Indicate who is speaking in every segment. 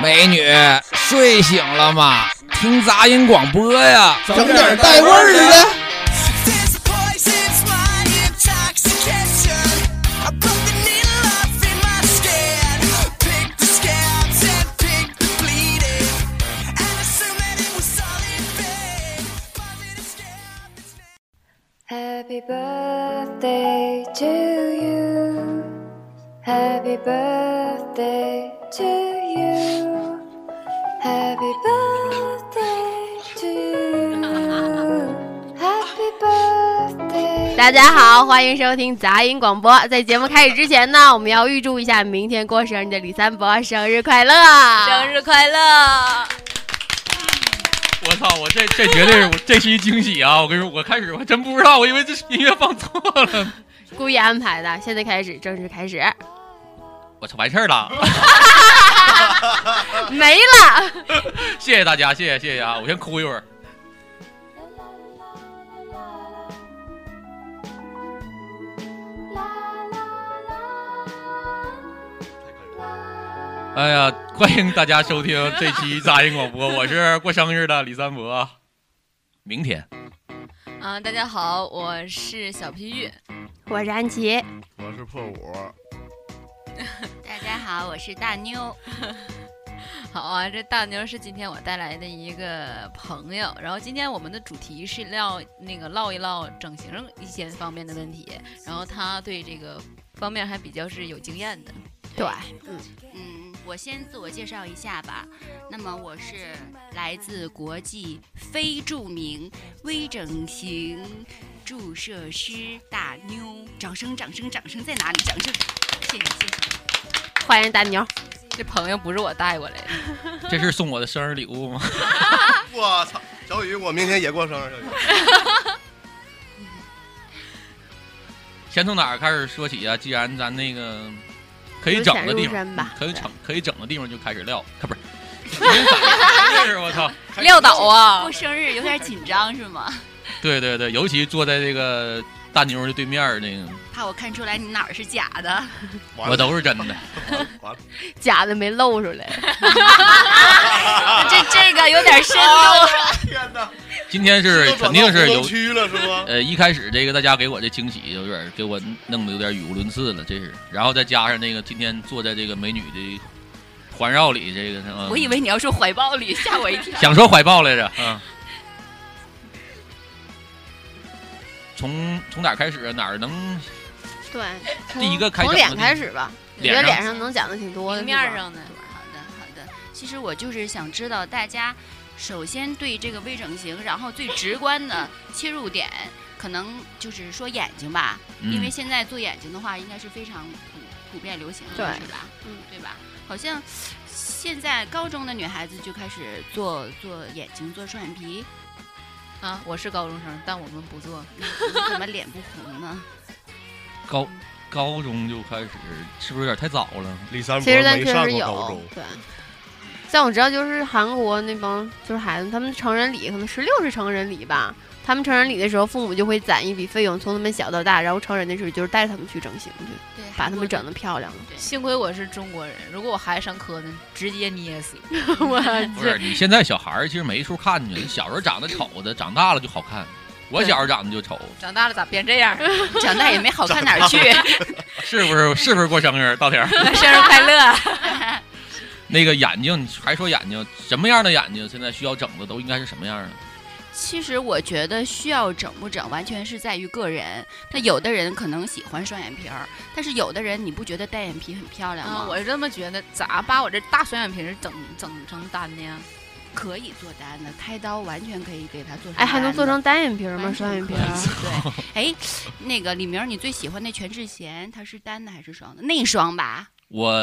Speaker 1: 美女，睡醒了吗？听杂音广播呀，
Speaker 2: 整点带味儿的。
Speaker 3: This poison's my intoxication. I broke the needle off in my skin. Pick the scabs and pick the bleeding. And assume that it was all in vain. Buzzing a scab is made.
Speaker 4: Happy birthday to you. Happy birthday to you. Happy birthday to you. Happy birthday.
Speaker 5: 大家好，欢迎收听杂音广播。在节目开始之前呢，我们要预祝一下明天过生日的李三伯生日快乐！
Speaker 6: 生日快乐！
Speaker 7: 我操！我这这绝对是我这是一惊喜啊！我跟你说，我开始我还真不知道，我以为这是音乐放错了。
Speaker 5: 故意安排的，现在开始正式开 始，
Speaker 7: 我操，完事儿了！
Speaker 5: 没了。
Speaker 7: 谢谢大家，谢谢谢谢啊！我先哭一会儿。哎呀，欢迎大家收听这期杂音广播，我是过生日的李三伯。明天
Speaker 6: 啊，大家好，我是小皮玉。
Speaker 5: 我是安琪，
Speaker 2: 我是破 五，
Speaker 8: 大家好，我是大妞。
Speaker 6: 好啊，这大牛是今天我带来的一
Speaker 5: 呃
Speaker 6: 个朋友。然后今天我们的主题是唠那个唠一唠整形一些方面的问题。然后他对这个方面还比较是有经验的。
Speaker 5: 对，
Speaker 8: 嗯，我先自我介绍一下吧。那么我是来自国际非著名微整形注射师大妞。掌声，掌声，掌声在哪里？掌声，谢谢，谢谢。
Speaker 5: 欢迎大牛。
Speaker 6: 这朋友不是我带过来的，
Speaker 7: 这是送我的生日礼物吗？
Speaker 2: 我操！小雨，我明天也过生日。
Speaker 7: 先从哪儿开始说起啊？既然咱那个可以整的地
Speaker 5: 由浅入深
Speaker 7: 方，
Speaker 5: 吧
Speaker 7: 可以整
Speaker 5: 对
Speaker 7: 可以整的地方就开始撂，可不是？这是我操！
Speaker 6: 撂倒啊
Speaker 8: 过！生日有点紧张是吗？
Speaker 7: 对对对，尤其坐在这个大妞儿的对面儿那个，
Speaker 8: 怕我看出来你哪儿是假的。
Speaker 2: 完
Speaker 7: 我
Speaker 2: 了，
Speaker 7: 都是真的。
Speaker 2: 完了，
Speaker 5: 假的没露出来，
Speaker 7: 啊
Speaker 8: 这这个有点深度。
Speaker 2: 天哪！
Speaker 7: 今天是肯定是有
Speaker 2: 区了是 吗？
Speaker 7: 呃，一开始这个大家给我这惊喜有点儿给我弄得有点语无伦次了，这是。然后再加上那个今天坐在这个美女的环绕里，这个嗯
Speaker 8: 我以为你要说怀 抱里，吓我一跳。
Speaker 7: 想说怀抱来着，嗯。从从哪儿开始啊？哪儿能
Speaker 5: 对，
Speaker 7: 第一个开
Speaker 5: 从
Speaker 7: 整
Speaker 5: 脸
Speaker 7: 的
Speaker 5: 开始吧，我觉
Speaker 7: 脸
Speaker 5: 得
Speaker 7: 上
Speaker 5: 脸上能讲的挺多的，
Speaker 6: 明面儿上的
Speaker 8: 好的，好的。其实我就是想知道大家首先对这个微整形，然后最直观的切入点，可能就是说眼睛吧，因为
Speaker 7: 嗯
Speaker 8: 现在做眼睛的话，应该是非常普普遍流行的，
Speaker 5: 对
Speaker 8: 是吧？
Speaker 5: 嗯，
Speaker 8: 对吧？好像现在高中的女孩子就开始做做眼睛、做双眼皮，
Speaker 6: 啊，我是高中生，但我们不做。
Speaker 8: 你你怎么脸不红呢？
Speaker 7: 高高中就开始，是不是有点太早了？
Speaker 2: 李三
Speaker 5: 其实咱
Speaker 2: 没
Speaker 5: 确
Speaker 2: 上
Speaker 5: 实
Speaker 2: 过高
Speaker 5: 有
Speaker 2: 中，，
Speaker 5: 对。像我知道，就是韩国那帮就是孩子，他们成人礼可能十六是成人礼吧。他们成人礼的时候，父母就会攒一笔费用，从他们小到大，然后成人的时候就是带他们去整形去，
Speaker 8: 对，
Speaker 5: 把他们整得漂亮了。
Speaker 6: 幸亏我是中国人，如果我孩子上科呢，直接捏 死。
Speaker 5: 我
Speaker 7: 不是，你现在小孩儿其实没处看去，小时候长得丑的，长大了就好看。我小时候长得就丑，
Speaker 6: 长大了咋变 这样？
Speaker 8: 长大也没好看哪儿去。
Speaker 7: 是不是？是不是过生日？到点儿，
Speaker 6: 生日快 乐！啊
Speaker 7: 那个眼睛，你还说眼睛，什么样的眼睛现在需要整的都应该是什么样的？
Speaker 8: 其实我觉得需要整不整，完全是在于个人。那有的人可能喜欢双眼皮儿，但是有的人你不觉得单眼皮很漂
Speaker 5: 嗯
Speaker 8: 亮吗？
Speaker 6: 啊，我是这么觉得，咋把我这大双眼皮儿整整成单的呀？
Speaker 8: 可以做单的，开刀完全可以给他做成单的。
Speaker 5: 哎，还能做成单眼皮儿
Speaker 8: 单
Speaker 5: 吗？双眼皮儿？啊
Speaker 8: 儿？对。哎，那个李明，你最喜欢那全智贤，他是单的还是双的？内双吧。
Speaker 7: 我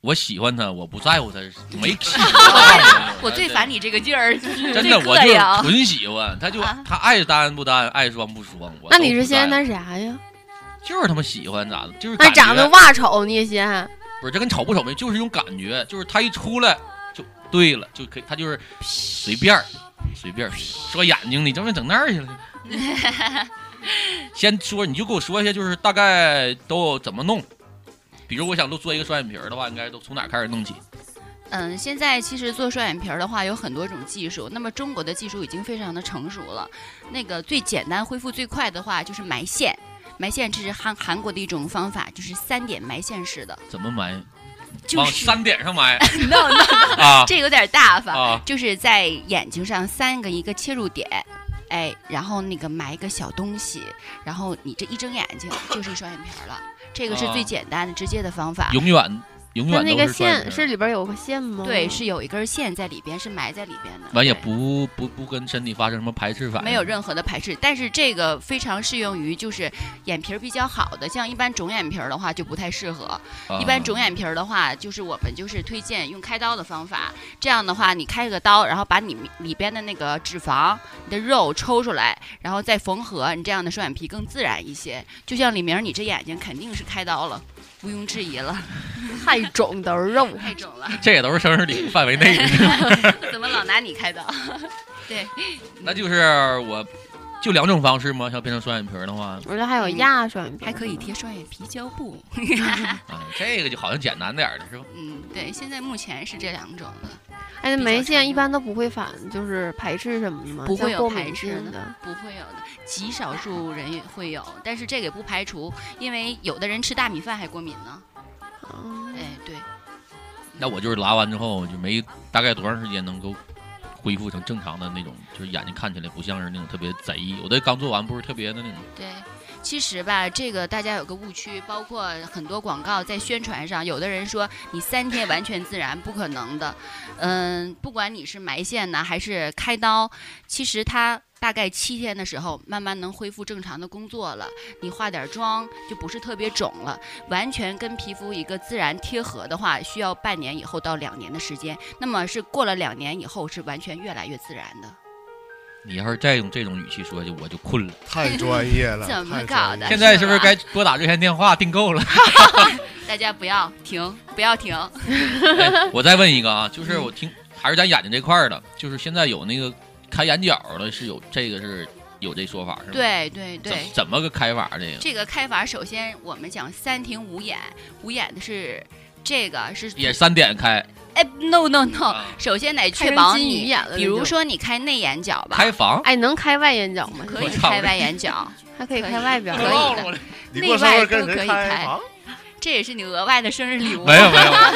Speaker 7: 我喜欢他，我不在乎他，没屁。
Speaker 8: 我最烦你这个劲 儿，
Speaker 7: 真的，我就
Speaker 8: 最膈
Speaker 7: 是
Speaker 8: 应。
Speaker 7: 纯喜欢，他就
Speaker 8: 啊
Speaker 7: 他爱单不单，爱双不双。我
Speaker 5: 那
Speaker 7: 都
Speaker 5: 你
Speaker 7: 不
Speaker 5: 是
Speaker 7: 在
Speaker 5: 嫌
Speaker 7: 乎
Speaker 5: 他啥呀？
Speaker 7: 就是他妈喜欢咋的，就是
Speaker 5: 那
Speaker 7: 感觉
Speaker 5: 长得哇丑你也嫌？啊
Speaker 7: 不是这跟丑不丑没，就是一种感觉，就是他一出来就对了，就可以，他就是随便儿，随便儿说眼睛，你这么整那儿去 了。先说，你就给我说一下，就是大概都怎么弄。比如我想都做一个双眼皮儿的话，应该都从哪儿开始弄起？
Speaker 8: 嗯，现在其实做双眼皮儿的话有很多种技术，那么中国的技术已经非常的成熟了。那个最简单恢复最快的话就是埋线，埋线这是韩韩国的一种方法，就是三点埋线式的，
Speaker 7: 怎么埋？
Speaker 8: 就
Speaker 7: 往
Speaker 8: 是
Speaker 7: 三点上 埋
Speaker 8: no no，
Speaker 7: 啊
Speaker 8: 这有点大方，
Speaker 7: 啊！
Speaker 8: 就是在眼睛上三个一个切入点，哎，然后那个埋一个小东西，然后你这一睁眼睛就是一双眼皮儿了，这个是
Speaker 7: 啊
Speaker 8: 最简单的直接的方法。
Speaker 7: 永远永
Speaker 5: 它
Speaker 7: 远
Speaker 5: 那
Speaker 7: 都
Speaker 5: 个
Speaker 7: 是双眼皮
Speaker 5: 线
Speaker 7: 儿
Speaker 5: 是里边有个线吗？
Speaker 8: 对，是有一根线在里边，是埋在里边的。
Speaker 7: 完也
Speaker 8: 对
Speaker 7: 不不不跟身体发生什么排斥反应，
Speaker 8: 没有任何的排斥，但是这个非常适用于就是眼皮儿比较好的，像一般肿眼皮儿的话就不太适合。
Speaker 7: 啊
Speaker 8: 一般肿眼皮儿的话，就是我们就是推荐用开刀的方法。这样的话，你开个刀，然后把你里边的那个脂肪、你的肉抽出来，然后再缝合，你这样的双眼皮更自然一些。就像李明儿，你这眼睛肯定是开刀了，毋庸置疑了，
Speaker 5: 太肿都是肉。
Speaker 8: 太肿了，
Speaker 7: 这也都是生日礼范围内的。
Speaker 8: 怎么老拿你开刀？对，
Speaker 7: 那就是我就两种方式吗？要变成双眼皮儿的话，
Speaker 5: 我觉得还有
Speaker 8: 嗯
Speaker 5: 压双眼皮，
Speaker 8: 还可以贴双眼皮胶布。
Speaker 7: 啊，这个就好像简单点儿了，是吧？
Speaker 8: 嗯，对，现在目前是这两种的。
Speaker 5: 哎，
Speaker 8: 比较
Speaker 5: 眉
Speaker 8: 常
Speaker 5: 线一
Speaker 8: 用
Speaker 5: 般都不会反，就是排斥什么的吗？
Speaker 8: 不
Speaker 5: 像
Speaker 8: 会有
Speaker 5: 过
Speaker 8: 排
Speaker 5: 敏
Speaker 8: 斥
Speaker 5: 性
Speaker 8: 的
Speaker 5: 的。
Speaker 8: 不会有的，极少数人也会有，但是这个也不排除，因为有的人吃大米饭还过敏呢。
Speaker 5: 嗯
Speaker 8: 哎，对，
Speaker 7: 那我就是拉完之后就没大概多长时间能够恢复成正常的那种，就是眼睛看起来不像是那种特别贼。有的刚做完不是特别的那种，
Speaker 8: 对，其实吧，这个大家有个误区，包括很多广告在宣传上，有的人说你三天完全自然，不可能的。嗯，不管你是埋线呢，还是开刀，其实它大概七天的时候，慢慢能恢复正常的工作了。你化点妆就不是特别肿了，完全跟皮肤一个自然贴合的话，需要半年以后到两年的时间。那么是过了两年以后，是完全越来越自然的。
Speaker 7: 你要是再用这种语气说，就我就困了。
Speaker 2: 太专业了，
Speaker 8: 怎么
Speaker 2: 太专业
Speaker 8: 搞的
Speaker 2: 了
Speaker 7: 现在是不是该拨打热线电话订购了？
Speaker 8: 大家不要停，不要停。
Speaker 7: 哎我再问一个啊，就是我听还是咱眼睛这块儿的，就是现在有那个开眼角的，是有这个是有这说法是吗？
Speaker 8: 对对
Speaker 7: 怎，
Speaker 8: 对
Speaker 7: 怎，么个开法？这个
Speaker 8: 这个开法，首先我们讲三庭五眼，五眼的是这个是
Speaker 7: 也三点开，
Speaker 8: 哎，no no no，
Speaker 7: 啊
Speaker 8: 首先得
Speaker 5: 开
Speaker 8: 确
Speaker 5: 成
Speaker 8: 保
Speaker 5: 金鱼
Speaker 8: 你
Speaker 5: 眼了，
Speaker 8: 比
Speaker 5: 那
Speaker 8: 如
Speaker 5: 就
Speaker 8: 说你开内眼角吧，
Speaker 7: 开房。
Speaker 5: 哎，能开外眼角吗？
Speaker 8: 可以
Speaker 7: 我操
Speaker 8: 开外眼角，
Speaker 5: 还可以
Speaker 8: 可
Speaker 5: 开
Speaker 8: 以
Speaker 5: 外边儿
Speaker 8: 可
Speaker 5: 吗。
Speaker 8: 以
Speaker 2: 忘了
Speaker 8: 的，
Speaker 2: 你过生日跟
Speaker 8: 内外都可
Speaker 2: 谁
Speaker 8: 以
Speaker 2: 开
Speaker 8: 开
Speaker 2: 房？
Speaker 8: 这也是你额外的生日礼物。
Speaker 7: 没有没有，啊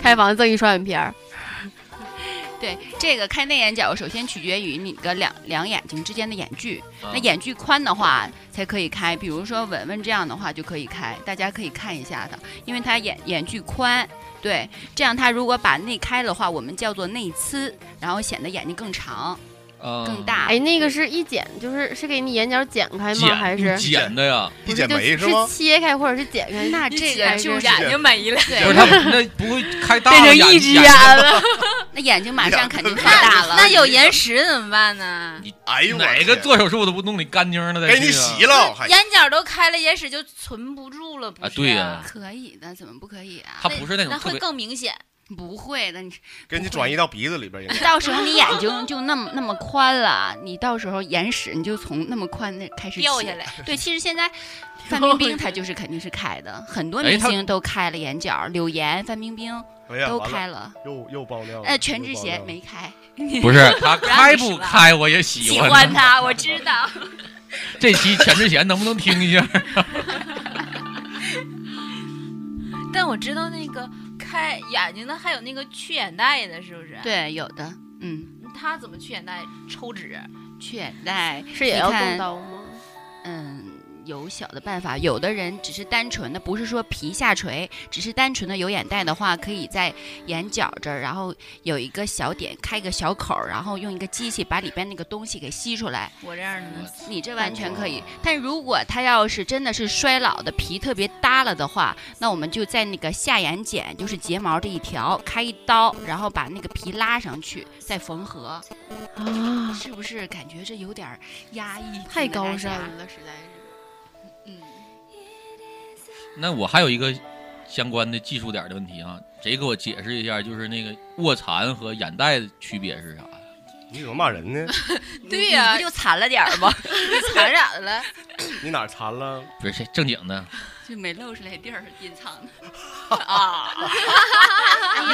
Speaker 5: 开房赠一双眼皮儿，
Speaker 8: 对，这个开内眼角首先取决于你的两两眼睛之间的眼距，那
Speaker 7: 啊
Speaker 8: 眼距宽的话才可以开，比如说文文这样的话就可以开，大家可以看一下的，因为它眼眼距宽，对，这样它如果把内开的话，我们叫做内呲，然后显得眼睛更长
Speaker 7: 嗯
Speaker 8: 更大。
Speaker 5: 哎，那个是一剪，就是是给你眼角剪开吗？
Speaker 7: 剪
Speaker 5: 还是
Speaker 7: 剪的呀？
Speaker 5: 不
Speaker 2: 一
Speaker 5: 是
Speaker 2: 剪
Speaker 5: 就
Speaker 2: 梅
Speaker 5: 是
Speaker 2: 是吗？
Speaker 5: 切开或者是剪开？
Speaker 8: 那
Speaker 5: 一
Speaker 8: 这
Speaker 5: 起
Speaker 8: 个
Speaker 5: 还
Speaker 8: 就是是
Speaker 6: 眼睛没 了，
Speaker 7: 不是
Speaker 8: 对，
Speaker 7: 他那不会开大
Speaker 5: 变成
Speaker 7: 眼
Speaker 5: 一只啊
Speaker 7: 眼
Speaker 5: 眼了。
Speaker 8: 那眼睛马上肯定放大
Speaker 6: 那
Speaker 8: 了。
Speaker 6: 那有延时怎么办呢？
Speaker 2: 哎呦，
Speaker 7: 哪个做手术都不弄你干净了再
Speaker 2: 给你
Speaker 7: 去啊
Speaker 2: 洗了？还
Speaker 6: 眼角都开了，眼屎就存不住了，不是、
Speaker 7: 啊对呀
Speaker 8: 可以的，怎么不可以啊？
Speaker 7: 它不是那种
Speaker 6: 那
Speaker 7: 特
Speaker 6: 会
Speaker 7: 别
Speaker 6: 更明显。
Speaker 8: 不会的，你
Speaker 2: 给你转移到鼻子里边应该。
Speaker 8: 到时候你眼睛就那么那么宽了，你到时候眼屎你就从那么宽那开始
Speaker 6: 掉
Speaker 8: 起
Speaker 6: 下来。
Speaker 8: 对，其实现在范冰冰她就是肯定是开的，很多
Speaker 7: 哎
Speaker 8: 明
Speaker 7: 她
Speaker 8: 星都开了眼角，柳岩、范冰冰
Speaker 2: 哎呀，
Speaker 8: 都
Speaker 2: 完了
Speaker 8: 开了。
Speaker 2: 又又爆料了。
Speaker 8: 呃，全智
Speaker 2: 又爆
Speaker 8: 贤
Speaker 2: 料了
Speaker 8: 没开，
Speaker 7: 不是他
Speaker 8: 让
Speaker 7: 开
Speaker 8: 你
Speaker 7: 不
Speaker 8: 洗吧
Speaker 7: 开我也喜欢。
Speaker 8: 她，我知道。
Speaker 7: 这期全智贤能不能听一下？
Speaker 6: 但我知道那个开眼睛的，还有那个去眼袋的，是不是？，
Speaker 8: 对，有的，嗯，
Speaker 6: 他怎么去眼袋？抽脂。
Speaker 8: 去眼袋，
Speaker 5: 是也
Speaker 8: 你
Speaker 5: 要动
Speaker 8: 看
Speaker 5: 刀吗？
Speaker 8: 嗯，有小的办法。有的人只是单纯的，不是说皮下垂，只是单纯的有眼袋的话，可以在眼角这儿，然后有一个小点，开个小口儿，然后用一个机器把里边那个东西给吸出来。
Speaker 6: 我这样的呢？
Speaker 8: 你这完全可以。但如果他要是真的是衰老的皮特别耷了的话，那我们就在那个下眼睑，就是睫毛这一条开一刀，然后把那个皮拉上去，再缝合，
Speaker 5: 啊，
Speaker 8: 是不是感觉这有点儿压抑？
Speaker 5: 太高
Speaker 8: 深
Speaker 5: 深。了，实在是。
Speaker 8: 嗯，
Speaker 7: 那我还有一个相关的技术点的问题啊，谁给我解释一下？就是那个卧蚕和眼袋的区别是啥呀？
Speaker 2: 你怎么骂人呢？
Speaker 6: 对呀
Speaker 8: 你不就残了点儿吗？
Speaker 6: 传染了，
Speaker 2: 你哪儿残了？
Speaker 7: 不是正经的，
Speaker 8: 就没露出来地儿，隐藏 的啊。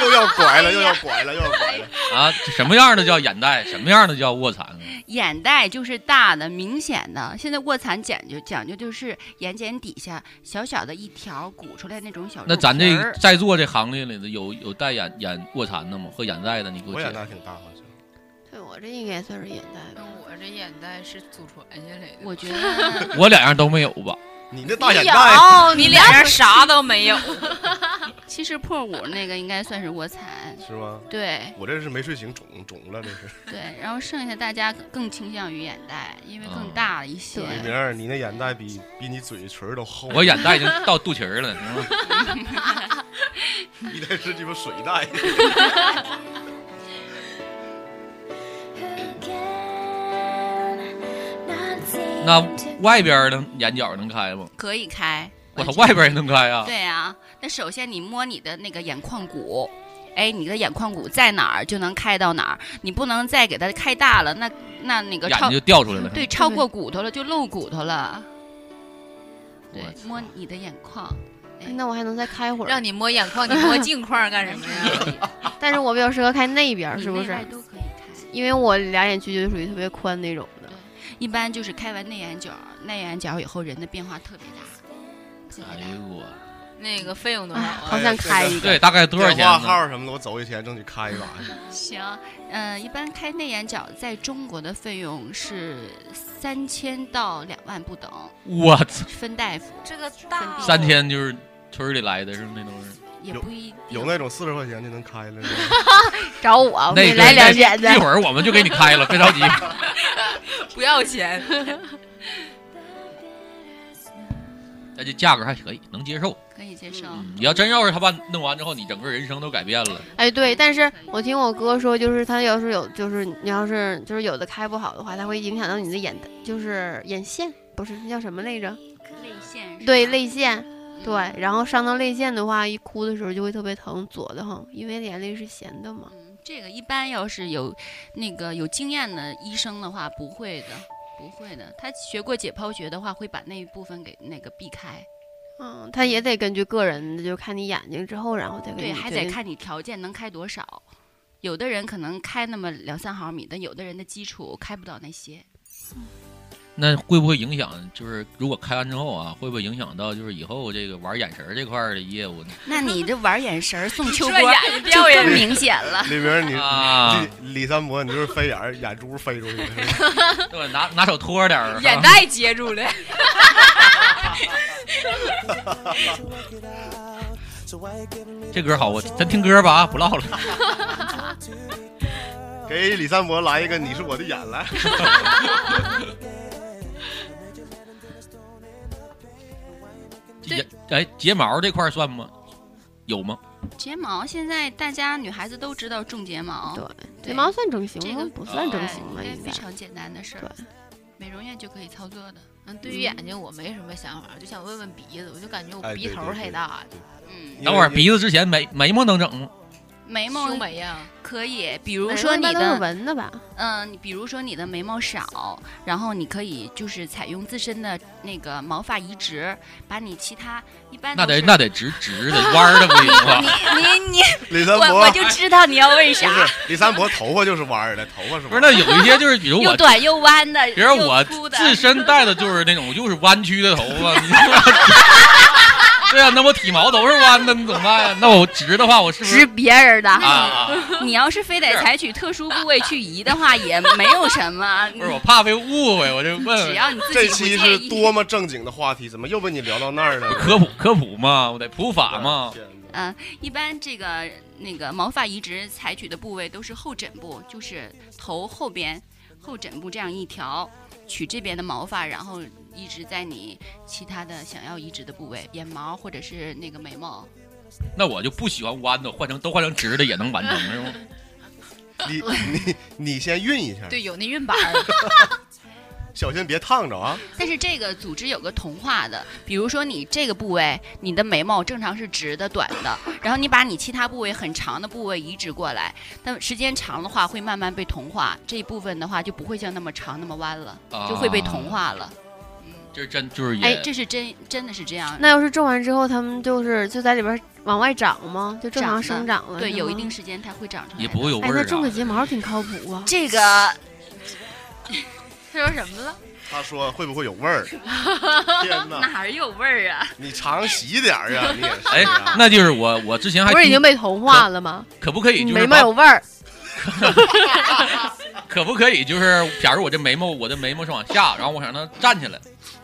Speaker 2: 又要拐了，又要拐了，又要拐 了。
Speaker 7: 啊，这什么样的叫眼袋，什么样的叫卧蚕啊？
Speaker 8: 眼袋就是大的、明显的。现在卧蚕讲究讲究就是眼睑底下小小的一条鼓出来那种小肉
Speaker 7: 那咱
Speaker 8: 皮
Speaker 7: 这
Speaker 8: 儿
Speaker 7: 在座这行列里头有有带眼眼卧蚕的吗？和眼袋的，你给我
Speaker 2: 我眼
Speaker 7: 讲。
Speaker 2: 袋挺大，好像。
Speaker 5: 对我这应该也算是眼袋吧。
Speaker 6: 我这眼袋是祖传下来的，
Speaker 8: 我觉得
Speaker 7: 我两样都没有吧？
Speaker 2: 你那大眼袋，
Speaker 5: 有，你
Speaker 6: 脸上啥都没有。
Speaker 8: 其实破五那个应该算是卧蚕，
Speaker 2: 是吗？
Speaker 8: 对
Speaker 2: 我这是没睡醒，肿肿了，这是。
Speaker 8: 对。然后剩下大家更倾向于眼袋，因为更
Speaker 7: 嗯
Speaker 8: 大了一些。
Speaker 5: 对
Speaker 2: 明儿你那眼袋比比你嘴唇儿都厚。
Speaker 7: 我 眼袋已经到肚脐儿了，是吗？
Speaker 2: 你那是鸡巴水袋。
Speaker 7: 那外边的眼角能开吗？
Speaker 8: 可以开。
Speaker 7: 我操，
Speaker 8: 完全
Speaker 7: 外边也能开啊！
Speaker 8: 对啊，那首先你摸你的那个眼眶骨，哎，你的眼眶骨在哪儿就能开到哪儿，你不能再给它开大了，那那那个
Speaker 7: 眼
Speaker 8: 超
Speaker 7: 睛就掉出来了。
Speaker 8: 对超过骨头了就露骨头了。对
Speaker 7: 我，操
Speaker 8: 摸你的眼眶，
Speaker 5: 哎那我还能再开会儿，
Speaker 6: 让你摸眼眶，你摸镜框干什么 呀？
Speaker 5: 但是我比较适合开那边儿，
Speaker 8: 你
Speaker 5: 是不
Speaker 8: 内
Speaker 5: 是
Speaker 8: 外？都可以开。
Speaker 5: 因为我两眼区就属于特别宽那种的。
Speaker 8: 一般就是开完内眼角，内眼角以后人的变化特别大，特
Speaker 7: 哎
Speaker 8: 别大。
Speaker 7: 呦我，
Speaker 6: 那个费用多少
Speaker 5: 哎，
Speaker 6: 啊？
Speaker 5: 好想开一个。
Speaker 7: 对，大概多少钱
Speaker 2: 电话
Speaker 7: 呢？
Speaker 2: 号什么的，我走以前争取开一把。
Speaker 8: 行，嗯、一般开内眼角在中国的费用是三千到两万不等，
Speaker 7: 我操，
Speaker 8: 分大夫
Speaker 6: 这个大
Speaker 7: 三天就是村儿里来的是吗？那都是
Speaker 8: 也
Speaker 2: 有
Speaker 8: 不一定
Speaker 2: 有那种四十块钱就能开了的，
Speaker 5: 找我，我
Speaker 7: 那
Speaker 5: 给你哦来两
Speaker 7: 那
Speaker 5: 眼的
Speaker 7: 一。会儿我们就给你开了，别着急。
Speaker 6: 不要钱，
Speaker 7: 那这价格还可以，能接受。
Speaker 8: 可以接受。
Speaker 7: 嗯，你要真要是他把弄完之后，你整个人生都改变了。
Speaker 5: 哎，对，但是我听我哥说，就是他要是有，就是你要是就是有的开不好的话，它会影响到你的眼，就是眼线，不是那叫什么来着？
Speaker 8: 泪腺是
Speaker 5: 对，
Speaker 8: 吧
Speaker 5: 泪腺。
Speaker 8: 嗯
Speaker 5: 对，然后伤到泪腺的话，一哭的时候就会特别疼，左的很，因为眼泪是咸的嘛。
Speaker 8: 嗯这个一般要是有那个有经验的医生的话，不会的，不会的。他学过解剖学的话，会把那一部分给那个避开。
Speaker 5: 嗯，他也得根据个人的，就看你眼睛之后，然后再给
Speaker 8: 对，
Speaker 5: 你
Speaker 8: 还
Speaker 5: 决
Speaker 8: 得
Speaker 5: 定
Speaker 8: 看你条件能开多少。有的人可能开那么两三毫米，但有的人的基础开不到那些。
Speaker 7: 那会不会影响？就是如果开完之后啊，会不会影响到就是以后这个玩眼神儿这块儿的业务 呢？
Speaker 8: 那你这玩眼神儿送秋
Speaker 6: 说
Speaker 8: 波
Speaker 6: 眼睛掉
Speaker 8: 就
Speaker 6: 眼
Speaker 8: 更
Speaker 6: 神
Speaker 8: 明显了。
Speaker 2: 李明你。
Speaker 7: 啊，
Speaker 2: 李李三伯，你就是飞眼儿，眼珠飞出去了。是 吧
Speaker 7: 对，拿拿手托点 儿，啊
Speaker 6: 眼袋接住了。
Speaker 7: 这歌好，我咱听歌吧啊，不唠了。
Speaker 2: 给李三伯来一个，你是我的眼来。
Speaker 7: 眼哎，睫毛这块儿算吗？有吗？
Speaker 8: 睫毛现在大家女孩子都知道种睫毛，
Speaker 5: 对，
Speaker 8: 对
Speaker 5: 睫毛算整形
Speaker 8: 这
Speaker 5: 吗
Speaker 8: 个？
Speaker 5: 嗯不算整
Speaker 8: 对
Speaker 5: 形吧，
Speaker 8: 这
Speaker 5: 应
Speaker 8: 非
Speaker 5: 该。
Speaker 8: 常简单的事儿，
Speaker 5: 对，
Speaker 8: 美容院就可以操作的。
Speaker 6: 嗯，对于眼睛我没什么想法，就想问问鼻子，我就感觉
Speaker 2: 哎
Speaker 6: 我
Speaker 2: 对
Speaker 6: 鼻头儿
Speaker 2: 对
Speaker 6: 太
Speaker 2: 对
Speaker 6: 大，
Speaker 8: 嗯，
Speaker 7: 等会儿
Speaker 2: 因为
Speaker 7: 鼻子之前眉眉毛能整吗？
Speaker 8: 眉毛
Speaker 6: 修眉 呀，
Speaker 8: 可以，比如
Speaker 5: 哎
Speaker 8: 说
Speaker 5: 一
Speaker 8: 你
Speaker 5: 般都是
Speaker 8: 的，
Speaker 5: 纹的吧？
Speaker 8: 嗯，你比如说你的眉毛少，然后你可以就是采用自身的那个毛发移植，把你其他一般
Speaker 7: 那
Speaker 8: 都
Speaker 7: 得
Speaker 8: 是
Speaker 7: 那得直直的，弯儿的不行 吧？
Speaker 8: 你你
Speaker 2: 李三
Speaker 8: 我
Speaker 2: 伯
Speaker 8: 我就知道你要问
Speaker 2: 不
Speaker 8: 啥，
Speaker 2: 是李三伯，头发就是弯儿的，头发是
Speaker 7: 不是，
Speaker 2: 弯
Speaker 7: 那
Speaker 2: 儿的。
Speaker 7: 有一些就是，比如
Speaker 8: 又
Speaker 7: 我，
Speaker 8: 短又弯的，
Speaker 7: 比如我
Speaker 8: 又粗的，
Speaker 7: 自身带的就是那种就是弯曲的头发，你对啊，那我体毛都是弯的，你怎么办呀？那我直的话，我是不
Speaker 5: 指
Speaker 7: 是
Speaker 5: 别人的。
Speaker 7: 啊啊？
Speaker 8: 你要是非得采取特殊部位去移的话，也没有什么，
Speaker 7: 不是，我怕被误会，我就问
Speaker 8: 只
Speaker 7: 问
Speaker 8: 要你
Speaker 2: 嗯
Speaker 8: 自己
Speaker 2: 这
Speaker 8: 不
Speaker 2: 期
Speaker 8: 介
Speaker 2: 是
Speaker 8: 意
Speaker 2: 多么正经的话题，怎么又被你聊到那儿了？
Speaker 7: 科普科普嘛，我得普法嘛。
Speaker 2: 天哪
Speaker 8: 嗯，一般这个那个毛发移植采取的部位都是后枕部，就是头后边后枕部这样一条，取这边的毛发，然后移植在你其他的想要移植的部位，眼毛或者是那个眉毛。
Speaker 7: 那我就不喜欢弯的，换成都换成直的也能完成，是吗？
Speaker 2: 你你你先熨一下，
Speaker 6: 对，有那熨板儿，
Speaker 2: 小心别烫着啊！
Speaker 8: 但是这个组织有个同化的，比如说你这个部位，你的眉毛正常是直的、短的，然后你把你其他部位很长的部位移植过来，但时间长的话会慢慢被同化，这一部分的话就不会像那么长那么弯了，就会被同化了。嗯，
Speaker 7: 这真就是啊也、
Speaker 6: 哎
Speaker 8: 这是真真的是这样。
Speaker 5: 那要是种完之后，它们就是就在里边儿往外长吗？就正常生长了？
Speaker 8: 对，
Speaker 5: 是
Speaker 8: 有
Speaker 5: 吗
Speaker 8: 一定。时间它会长出来。
Speaker 7: 也不会。有味
Speaker 5: 哎，
Speaker 7: 儿
Speaker 5: 那
Speaker 7: 啊。
Speaker 5: 种个睫毛挺靠谱啊。
Speaker 8: 这个
Speaker 6: 他说什么了？
Speaker 2: 他说会不会有味 儿？天哪，
Speaker 8: 哪儿有味儿啊？
Speaker 2: 你常洗点儿啊！你 也是
Speaker 7: 哎
Speaker 2: 啊，
Speaker 7: 那就是我我之前还
Speaker 5: 不是已
Speaker 7: 听
Speaker 5: 经被同化了吗？
Speaker 7: 可不可以就
Speaker 5: 眉
Speaker 7: 是
Speaker 5: 毛
Speaker 7: 把
Speaker 5: 有味儿，
Speaker 7: 可不可以就是假如我这眉毛我的眉毛是往下，然后我想让它站起来，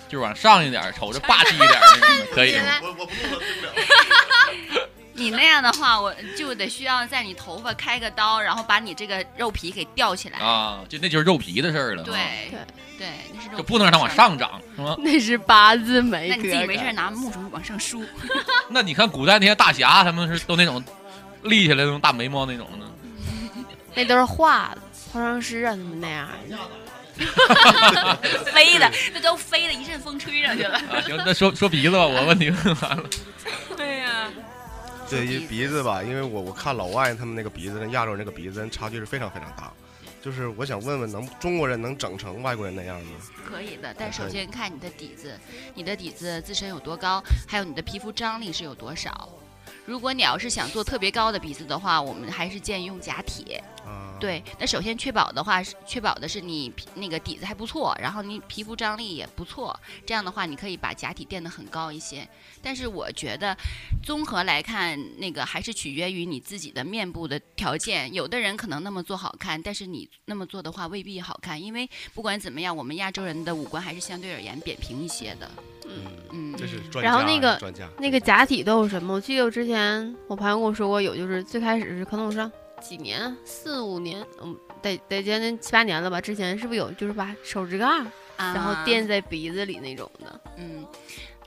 Speaker 7: 就是往上一点儿，瞅着霸气一点儿那种，可以 吗？
Speaker 2: 我我不录了，听不了。
Speaker 8: 你那样的话，我就得需要在你头发开个刀，然后把你这个肉皮给吊起来。
Speaker 7: 啊，就那就是肉皮的事儿了。啊，
Speaker 8: 对对，那是肉
Speaker 7: 就
Speaker 8: 皮
Speaker 7: 不能让它往。上长，是吗？
Speaker 5: 那是八字眉。
Speaker 8: 那你自
Speaker 5: 哥
Speaker 8: 己
Speaker 5: 哥
Speaker 8: 没事儿拿木梳往上 梳，
Speaker 7: 那你看古代那些大侠，他们是都那种立起来那种大眉毛那种的，
Speaker 5: 那都是画的，化妆师啊，他们那样的。
Speaker 8: 飞的那都飞的，一阵风吹上去了。
Speaker 7: 啊，行，那说说鼻子吧，我 问题问完了。
Speaker 8: 对呀、
Speaker 2: 对于鼻子吧，因为我我看老外他们那个鼻子跟亚洲人那个鼻子差距是非常非常大。就是我想问问能，中国人能整成外国人那样吗？
Speaker 8: 可以的。但首先看你的底子，你的底子自身有多高，还有你的皮肤张力是有多少。如果你要是想做特别高的鼻子的话，我们还是建议用假铁。
Speaker 2: 啊，，
Speaker 8: 对，那首先确保的话是确保的是你皮那个底子还不错，然后你皮肤张力也不错，这样的话你可以把假体垫得很高一些。但是我觉得，综合来看，那个还是取决于你自己的面部的条件。有的人可能那么做好看，但是你那么做的话未必好看，因为不管怎么样，我们亚洲人的五官还是相对而言扁平一些的。
Speaker 2: 嗯，
Speaker 8: 嗯，
Speaker 2: 这是专家，
Speaker 5: 然后那个
Speaker 2: 专家
Speaker 5: 那个假体都有什么？我记得我之前我朋友跟我说过，有就是最开始是可能我上几年，四五年，嗯，得得将近七八年了吧。之前是不是有就是把手指盖儿，然后垫
Speaker 8: 子，
Speaker 5: 在鼻子里那种的？
Speaker 8: 啊嗯，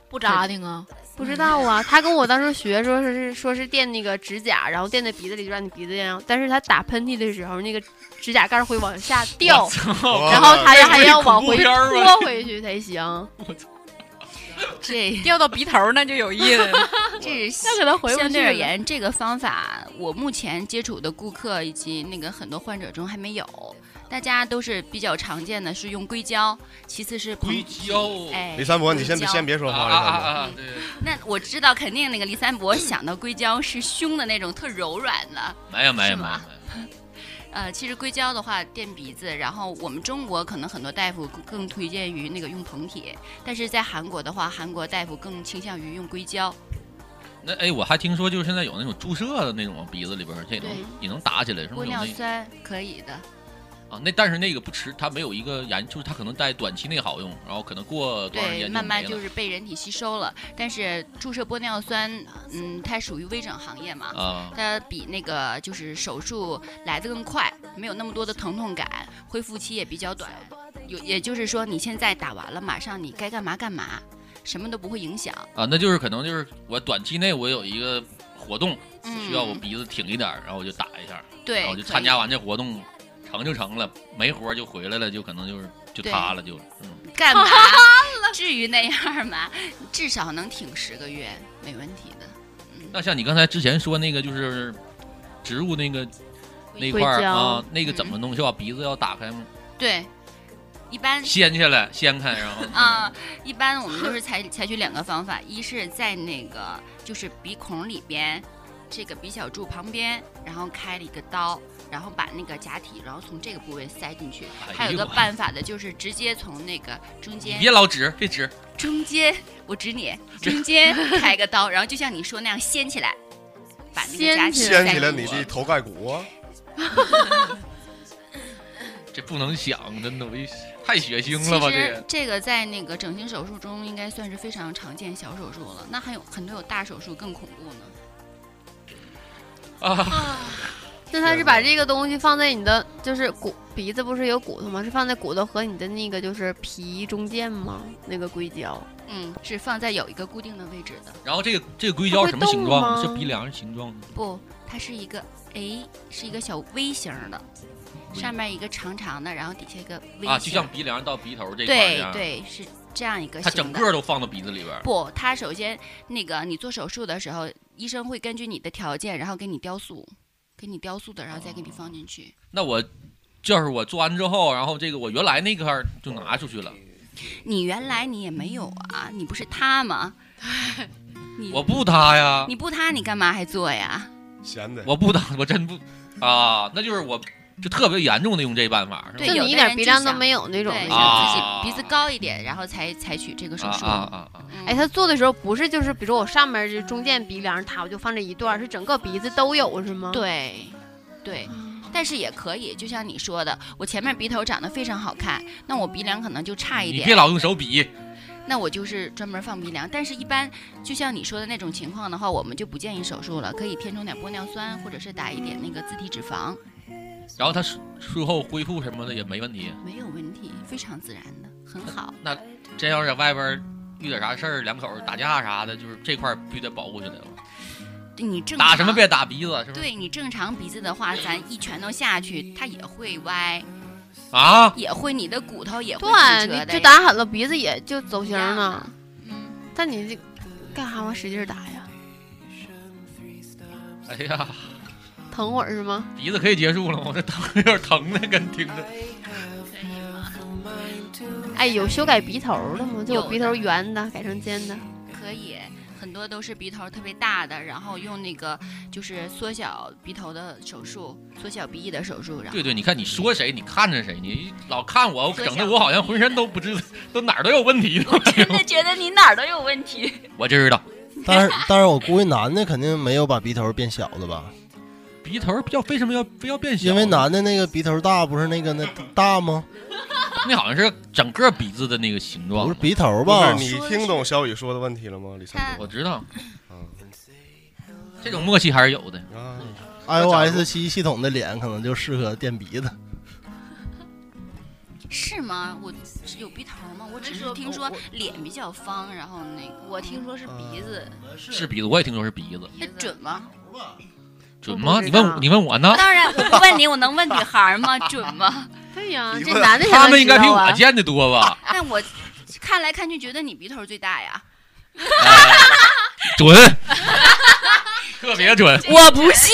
Speaker 6: 不扎挺啊？
Speaker 5: 不知道啊，他跟我当时学说是说是垫那个指甲，然后垫在鼻子里，就让你鼻子痒。但是他打喷嚏的时候，那个指甲盖儿会往下掉，
Speaker 2: 哇
Speaker 5: 然后他
Speaker 7: 这
Speaker 5: 还
Speaker 7: 是
Speaker 5: 要
Speaker 7: 恐
Speaker 5: 往
Speaker 7: 怖
Speaker 5: 回
Speaker 7: 片儿吗
Speaker 5: 拖回去才 行。
Speaker 8: 这
Speaker 6: 掉到鼻头那就有意思了。
Speaker 8: 这是
Speaker 5: 那可能回不去了。
Speaker 8: 相对而言，这个方法我目前接触的顾客以及那个很多患者中还没有，大家都是比较常见的是用硅胶，其次是
Speaker 7: 硅
Speaker 8: 硅
Speaker 7: 胶
Speaker 8: 哎，
Speaker 2: 李三伯，你先
Speaker 5: 嗯
Speaker 8: 硅
Speaker 2: 别
Speaker 8: 胶
Speaker 2: 先。别
Speaker 7: 啊
Speaker 2: 说话，
Speaker 7: 啊
Speaker 2: 李
Speaker 7: 啊
Speaker 2: 三伯。
Speaker 7: 啊！对，
Speaker 8: 那我知道，肯定那个李三伯想到硅胶是胸的那种特柔软的。
Speaker 7: 没有没有
Speaker 8: 是
Speaker 7: 没有
Speaker 8: 吗，呃，其实硅胶的话垫鼻子，然后我们中国可能很多大夫更更推荐于那个用膨铁，但是在韩国的话，韩国大夫更倾向于用硅胶。
Speaker 7: 那哎，我还听说就是现在有那种注射的那种鼻子里边儿，这也能
Speaker 5: 对
Speaker 7: 也能打起来，是不
Speaker 8: 玻
Speaker 7: 是有那
Speaker 8: 尿
Speaker 7: 个
Speaker 8: 酸可以的。
Speaker 7: 啊？那但是那个不吃，它没有一个研，就是它可能在短期内好用，然后可能过多长时
Speaker 8: 对，
Speaker 7: 间
Speaker 8: 慢慢
Speaker 7: 没
Speaker 8: 就
Speaker 7: 了
Speaker 8: 是被人体吸收了。但是注射玻尿酸，嗯，它属于微整行业嘛，
Speaker 7: 啊。
Speaker 8: 它比那个就是手术来的更快，没有那么多的疼痛感，恢复期也比较短。有，也就是说你现在打完了，马上你该干嘛干嘛，什么都不会影响。
Speaker 7: 啊，那就是可能就是我短期内我有一个活动
Speaker 8: 嗯
Speaker 7: 需要我鼻子挺一点儿，然后我就打一下，
Speaker 8: 对
Speaker 7: 然后，就
Speaker 8: 可
Speaker 7: 参
Speaker 8: 以
Speaker 7: 加完这活动，成就成了，没活儿就回来了，就可能就是就
Speaker 8: 对
Speaker 7: 塌了，就嗯，
Speaker 8: 干嘛？至于那样吗？至少能挺十个月，没问题的。
Speaker 7: 那像你刚才之前说那个就是植入那个那
Speaker 5: 硅
Speaker 7: 块儿
Speaker 5: 胶
Speaker 7: 啊，那个怎
Speaker 8: 嗯
Speaker 7: 么弄？是把鼻子要打开吗？
Speaker 8: 对，一般
Speaker 7: 掀起来，掀开，然后
Speaker 8: 啊、一般我们都是采采取两个方法，一是在那个就是鼻孔里边，这个鼻小柱旁边，然后开了一个刀，然后把那个假体，然后从这个部位塞进去。
Speaker 7: 哎呦
Speaker 8: 还有一个办法的就是直接从那个中
Speaker 7: 你
Speaker 8: 间
Speaker 7: 别老指，别指，
Speaker 8: 中间，我指你中间开个刀，然后就像你说那样掀起来，把那个假体
Speaker 2: 掀
Speaker 8: 塞
Speaker 2: 起来
Speaker 8: 进
Speaker 2: 你
Speaker 8: 去
Speaker 2: 的头盖骨啊，
Speaker 7: 这不能想，真的，我一太血
Speaker 8: 哎其
Speaker 7: 腥了吧？
Speaker 8: 实
Speaker 7: 这
Speaker 8: 这个在那个整形手术中应该算是非常常见小手术了，那还有很多有大手术更恐怖呢。
Speaker 7: 啊，
Speaker 5: 那他是把这个东西放在你的就是骨鼻子不是有骨头吗？是放在骨头和你的那个就是皮中间吗？那个硅胶
Speaker 8: 嗯，是放在有一个固定的位置的。
Speaker 7: 然后这个这个硅胶什么形
Speaker 5: 它
Speaker 7: 状？
Speaker 5: 会
Speaker 7: 是
Speaker 5: 动吗
Speaker 7: 鼻梁形状的，
Speaker 8: 不，它是一个 A，是一个小 V 型儿的，上面一个长长的，然后底下一个 V 型儿。
Speaker 7: 啊，就像鼻梁到鼻头这块儿一
Speaker 8: 对
Speaker 7: 样。
Speaker 8: 对，是这样一个
Speaker 7: 它
Speaker 8: 型
Speaker 7: 整
Speaker 8: 的。
Speaker 7: 个都放到鼻子里边儿。
Speaker 8: 不，它首先那个你做手术的时候，医生会根据你的条件，然后给你雕塑，给你雕塑的，然后再给你放进去。
Speaker 7: 那我就是我做完之后，然后这个我原来那块儿就拿出去了，
Speaker 8: 你原来你也没有啊，你不是塌吗？你
Speaker 7: 我不塌呀，
Speaker 8: 你不塌，你干嘛还做呀？
Speaker 2: 闲的。
Speaker 7: 我不塌，我真不啊，那就是我就特别严重的用这办法，是吧
Speaker 8: 对
Speaker 5: 就
Speaker 8: 有
Speaker 5: 你一
Speaker 8: 的
Speaker 5: 点
Speaker 8: 人
Speaker 5: 鼻
Speaker 8: 就
Speaker 5: 梁都
Speaker 8: 想
Speaker 5: 没有那种
Speaker 8: 对，
Speaker 5: 的。
Speaker 7: 啊
Speaker 8: 想自己鼻子高一点，然后才采取这个手
Speaker 7: 啊
Speaker 8: 术。
Speaker 7: 啊啊啊！
Speaker 8: 嗯
Speaker 5: 哎，他做的时候不是就是，比如我上面就中间鼻梁塌，我就放这一段儿，是整个鼻子都有是吗？，
Speaker 8: 对，对，
Speaker 5: 嗯
Speaker 8: 但是也可以，就像你说的，我前面鼻头长得非常好看，那我鼻梁可能就差一
Speaker 7: 你
Speaker 8: 点。
Speaker 7: 别老用手比，
Speaker 8: 那我就是专门放鼻梁，但是一般就像你说的那种情况的话，我们就不建议手术了，可以填充点玻尿酸，或者是打一点那个自体脂肪，
Speaker 7: 然后他术术后恢复什么的也没问题。
Speaker 8: 没有问题，非常自然的，很好。
Speaker 7: 真要是在外边儿遇点啥事儿，两口儿打架啥的，就是这块儿必须得保护起来了。
Speaker 8: 对你正常
Speaker 7: 打什么别打鼻子，是不是？
Speaker 8: 对你正常鼻子的话，咱一拳头下去，它也会歪，
Speaker 7: 啊，
Speaker 8: 也会你的骨头也会
Speaker 5: 对，
Speaker 8: 骨
Speaker 5: 你
Speaker 8: 折的
Speaker 5: 就
Speaker 8: 呀。
Speaker 5: 打狠了，鼻子也就走形
Speaker 8: 一样
Speaker 5: 了
Speaker 8: 的。嗯，
Speaker 5: 但你这干啥往使劲儿打呀？
Speaker 7: 哎呀，
Speaker 5: 疼会儿是吗？
Speaker 7: 鼻子可以结束了吗？我这疼，有点疼的，跟听着。
Speaker 5: 哎，有修改鼻头儿的吗？就
Speaker 8: 有
Speaker 5: 我鼻头儿圆的改成尖的，
Speaker 8: 可以，很多都是鼻头特别大的，然后用那个就是缩小鼻头的手术，缩小鼻翼的手术，然后
Speaker 7: 对对，你看你说谁，你看着谁，你老看我，我
Speaker 8: 缩
Speaker 7: 整
Speaker 8: 小
Speaker 7: 的我好像浑身都不知，都哪儿都有问题呢。
Speaker 8: 真的觉得你哪儿都有问题。
Speaker 7: 我知道，
Speaker 9: 但是但是我估计男的肯定没有把鼻头变小的吧？
Speaker 7: 鼻头儿要为什么要非要变小？啊
Speaker 9: 因为男的那个鼻头大不是那个那大吗？
Speaker 7: 那好像是整个鼻子的那个形状
Speaker 9: 不是。鼻头
Speaker 2: 不是
Speaker 9: 吧？
Speaker 2: 你听懂小雨说的问题了吗，李三
Speaker 7: 我知道，
Speaker 2: 嗯
Speaker 7: 这种默契还是有的。
Speaker 2: 博？啊，
Speaker 9: iOS 七系统的脸可能就适合垫鼻子。
Speaker 8: 是吗？我是有鼻头吗？我只是听说脸比较方，然后那个呃
Speaker 6: 我听说是鼻子，
Speaker 7: 是鼻子，我也听说是鼻子，
Speaker 8: 那准吗？
Speaker 7: 准
Speaker 5: 不
Speaker 7: 吗？
Speaker 5: 知
Speaker 7: 你问
Speaker 5: 道
Speaker 7: 我你问我呢？
Speaker 8: 当然，我不问你，我能问女孩吗？准吗？
Speaker 5: 对呀，
Speaker 2: 你
Speaker 5: 啊这
Speaker 2: 问
Speaker 5: 男的
Speaker 7: 他
Speaker 5: 才能
Speaker 7: 们应该
Speaker 5: 知
Speaker 7: 比
Speaker 5: 道啊
Speaker 7: 我见的多 吧？
Speaker 8: 但我看来看去觉得你鼻头最大呀。
Speaker 7: 哎准， 特别准。
Speaker 5: 我不信，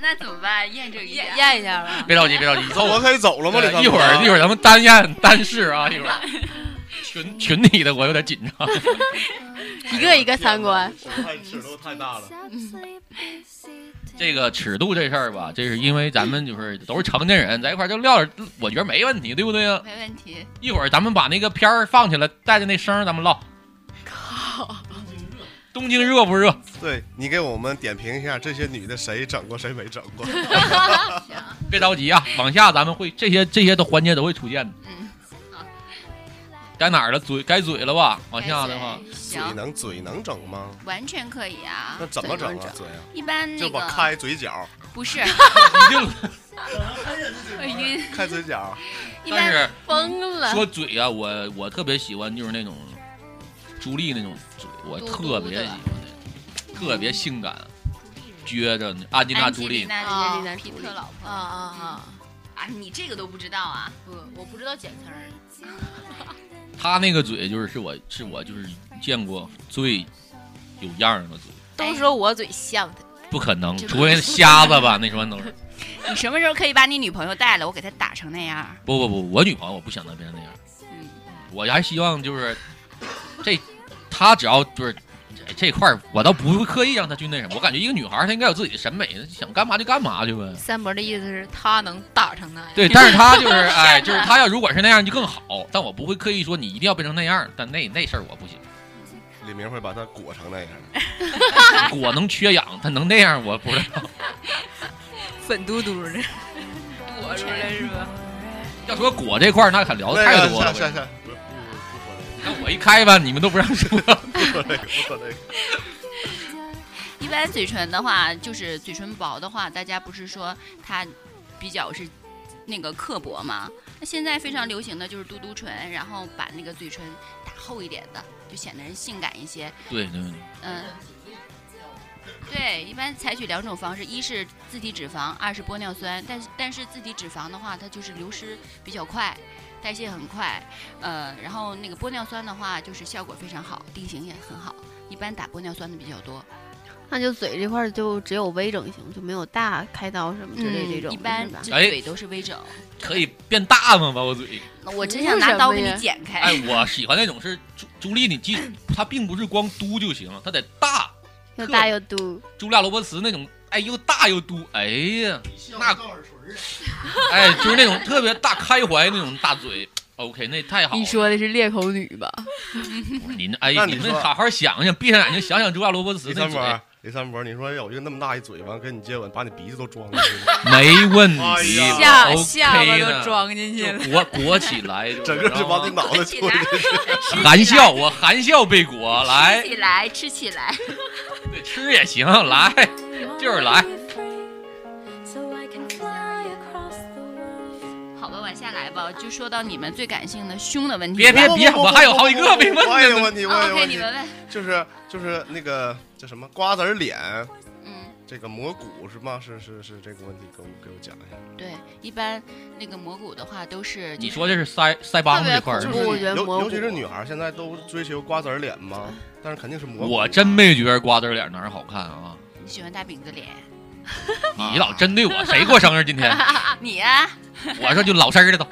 Speaker 8: 那怎么办？验证一下。
Speaker 6: 验一下
Speaker 8: 嗯
Speaker 6: 吧。
Speaker 7: 别着急，别着急，
Speaker 2: 那我
Speaker 7: 走。
Speaker 2: 可以走了吗？李三
Speaker 7: 一会儿一会
Speaker 2: 儿，
Speaker 7: 儿咱们单验单试啊，一会 儿。群群体的我有点紧张，
Speaker 5: 一个一个参观。
Speaker 2: 太尺度太大了。
Speaker 7: 这个尺度这事儿吧，这是因为咱们就是都是成年人，在一块儿就撂着，我觉得没问题，对不对啊？
Speaker 8: 没问题，
Speaker 7: 一会儿咱们把那个片儿放起来，带着那声儿咱们唠。东京热不热？
Speaker 2: 对你给我们点评一下，这些女的谁整过，谁没整过？
Speaker 7: 别着急啊，往下咱们会这些这些的环节都会出现的。
Speaker 8: 嗯，
Speaker 7: 该哪儿了？嘴该嘴了吧？往下的话，
Speaker 8: 哎
Speaker 2: 嘴
Speaker 8: 行，
Speaker 2: 能嘴能整吗？
Speaker 8: 完全可以啊。
Speaker 2: 那怎么整啊
Speaker 8: 嘴能？
Speaker 2: 嘴啊，
Speaker 8: 一般
Speaker 2: 就
Speaker 8: 那
Speaker 2: 把
Speaker 8: 个
Speaker 2: 开嘴角，
Speaker 8: 不是
Speaker 7: 一定
Speaker 8: 晕，
Speaker 2: 开嘴角，
Speaker 8: 一
Speaker 7: 但
Speaker 8: 般
Speaker 7: 是
Speaker 5: 疯了，
Speaker 7: 说嘴啊，我我特别喜欢就是那种朱莉那种嘴，我
Speaker 8: 嘟
Speaker 7: 特
Speaker 8: 嘟
Speaker 7: 别
Speaker 8: 的嗯
Speaker 7: 喜欢那种，特别性感，撅着呢安吉娜
Speaker 8: 安
Speaker 7: 朱
Speaker 8: 吉
Speaker 7: 莉
Speaker 8: 哦丽，
Speaker 5: 啊
Speaker 8: 娜·皮特老
Speaker 6: 啊
Speaker 8: 婆
Speaker 6: 啊啊！
Speaker 8: 啊，你这个都不知道啊？
Speaker 6: 不，我不知道简词儿。
Speaker 7: 她那个嘴就是是我是我就是见过最有样儿的嘴，
Speaker 6: 都说我嘴像他，
Speaker 7: 不可能，
Speaker 8: 这
Speaker 7: 除非是瞎子吧，那什么都是。
Speaker 8: 你什么时候可以把你女朋友带来？我给她打成那样。
Speaker 7: 不不不，我女朋友我不想她变成那样，
Speaker 8: 嗯，
Speaker 7: 我还希望就是这她只要就是。这这块儿我倒不会刻意让她去那什么，我感觉一个女孩儿她应该有自己的审美，想干嘛就干嘛去呗。
Speaker 6: 三伯的意思是他能打成那样。
Speaker 7: 对，但是他 就是哎，就是他要如果是那样就更好，但我不会刻意说你一定要变成那样，但那那事儿我不 行。
Speaker 2: 李明会把它裹成那样。
Speaker 7: 我能缺氧，他能那样我不知道。
Speaker 6: 粉嘟嘟的，躲出来是吧？
Speaker 7: 要说果这块儿，那可聊的
Speaker 2: 那
Speaker 8: 啊
Speaker 7: 太
Speaker 2: 个
Speaker 7: 多了
Speaker 2: 下。下下，不
Speaker 7: 那我一开吧，你们都不让说。
Speaker 2: 不说这个，不说这个。
Speaker 8: 一般嘴唇的话，就是嘴唇薄的话，大家不是说它比较是那个刻薄吗？那现在非常流行的就是嘟嘟唇，然后把那个嘴唇打厚一点的，就显得人性感一些。
Speaker 7: 对对对，
Speaker 8: 嗯，对，一般采取两种方式，一是自体脂肪，二是玻尿酸。但是但是自体脂肪的话，它就是流失比较快，代谢很快。呃，然后那个玻尿酸的话，就是效果非常好，定型也很好。一般打玻尿酸的比较多。
Speaker 5: 那就嘴这块儿就只有微整形，就没有大开刀什么嗯之类这种的、
Speaker 8: 嗯一般
Speaker 5: 是吧
Speaker 8: 就
Speaker 7: 哎
Speaker 8: 嘴都是微整。
Speaker 7: 可以变大吗？把我嘴。
Speaker 8: 那我真
Speaker 5: 图
Speaker 8: 想拿
Speaker 5: 什
Speaker 8: 刀
Speaker 5: 么
Speaker 8: 给你
Speaker 5: 呀
Speaker 8: 剪开。
Speaker 7: 哎，我喜欢那种是朱朱莉，你记，它并不是光嘟就行，它得大。
Speaker 5: 又大又嘟。
Speaker 7: 朱莉亚·罗伯茨那种，哎，又大又嘟，哎呀，那 哎，就是那种特别大开怀那种大嘴。OK，那太好了。
Speaker 5: 你说的是裂口女吧？
Speaker 7: 不是你那哎，
Speaker 2: 那
Speaker 7: 你
Speaker 2: 你
Speaker 7: 们
Speaker 2: 说
Speaker 7: 好好想想，闭上眼睛想想朱亚罗伯茨
Speaker 2: 李
Speaker 7: 那
Speaker 2: 三
Speaker 7: 嘴，
Speaker 2: 伯，李三伯，你说有一个那么大一嘴完跟你接吻，把你鼻子都装进去了，
Speaker 7: 没问题，
Speaker 2: 哎
Speaker 6: 下、
Speaker 7: OK
Speaker 6: 下巴
Speaker 7: 呢
Speaker 6: 都装进去了。
Speaker 7: 就裹裹起 来，就是
Speaker 2: 整个是把你脑袋
Speaker 8: 起
Speaker 2: 戳
Speaker 8: 来
Speaker 2: 进去。
Speaker 7: 含笑，我含笑被裹来
Speaker 8: 吃，起来，吃起来。
Speaker 7: 对吃也行，来， 就是
Speaker 4: 哦
Speaker 7: 来，
Speaker 8: 好吧，往下来吧，就说到你们最感性的胸的问题
Speaker 7: 别
Speaker 8: 吧。
Speaker 7: 别别，
Speaker 2: 不不不
Speaker 7: 我还有好几个没问
Speaker 2: 我也有
Speaker 7: 呢。
Speaker 2: 问题，我也
Speaker 8: 哦
Speaker 2: 有
Speaker 8: ，OK，
Speaker 2: 问
Speaker 8: 你
Speaker 2: 题，
Speaker 8: 们问。
Speaker 2: 就是就是那个叫什么瓜子儿脸，
Speaker 8: 嗯，
Speaker 2: 这个蘑菇是吗？是是是这个问题，给我给我讲一下。
Speaker 8: 对，一般那个蘑菇的话都是
Speaker 7: 你说这是腮腮帮子这块儿
Speaker 5: 特
Speaker 7: 是
Speaker 5: 别
Speaker 7: 吗
Speaker 5: 恐？怖我觉得
Speaker 2: 尤
Speaker 5: 蘑菇
Speaker 2: 尤其是女孩儿现在都追求瓜子儿脸嘛，但是肯定是蘑菇。
Speaker 7: 我真没觉得瓜子脸哪儿好看啊！
Speaker 8: 你喜欢大饼子脸，啊
Speaker 7: 你老针对我，谁过生日今 天？
Speaker 8: 你啊，
Speaker 7: 我说就老丝儿的都。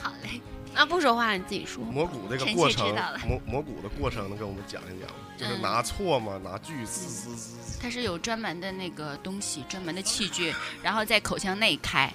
Speaker 8: 好嘞，
Speaker 5: 那不说话你自己说。
Speaker 2: 蘑菇这个
Speaker 8: 臣妾
Speaker 2: 过
Speaker 8: 知
Speaker 2: 程
Speaker 8: 道了，
Speaker 2: 蘑蘑菇的过程能给我们讲一讲吗？就是
Speaker 8: 嗯
Speaker 2: 拿错嘛，拿锯滋滋滋滋。
Speaker 8: 它是有专门的那个东西，专门的器具，然后在口腔内开，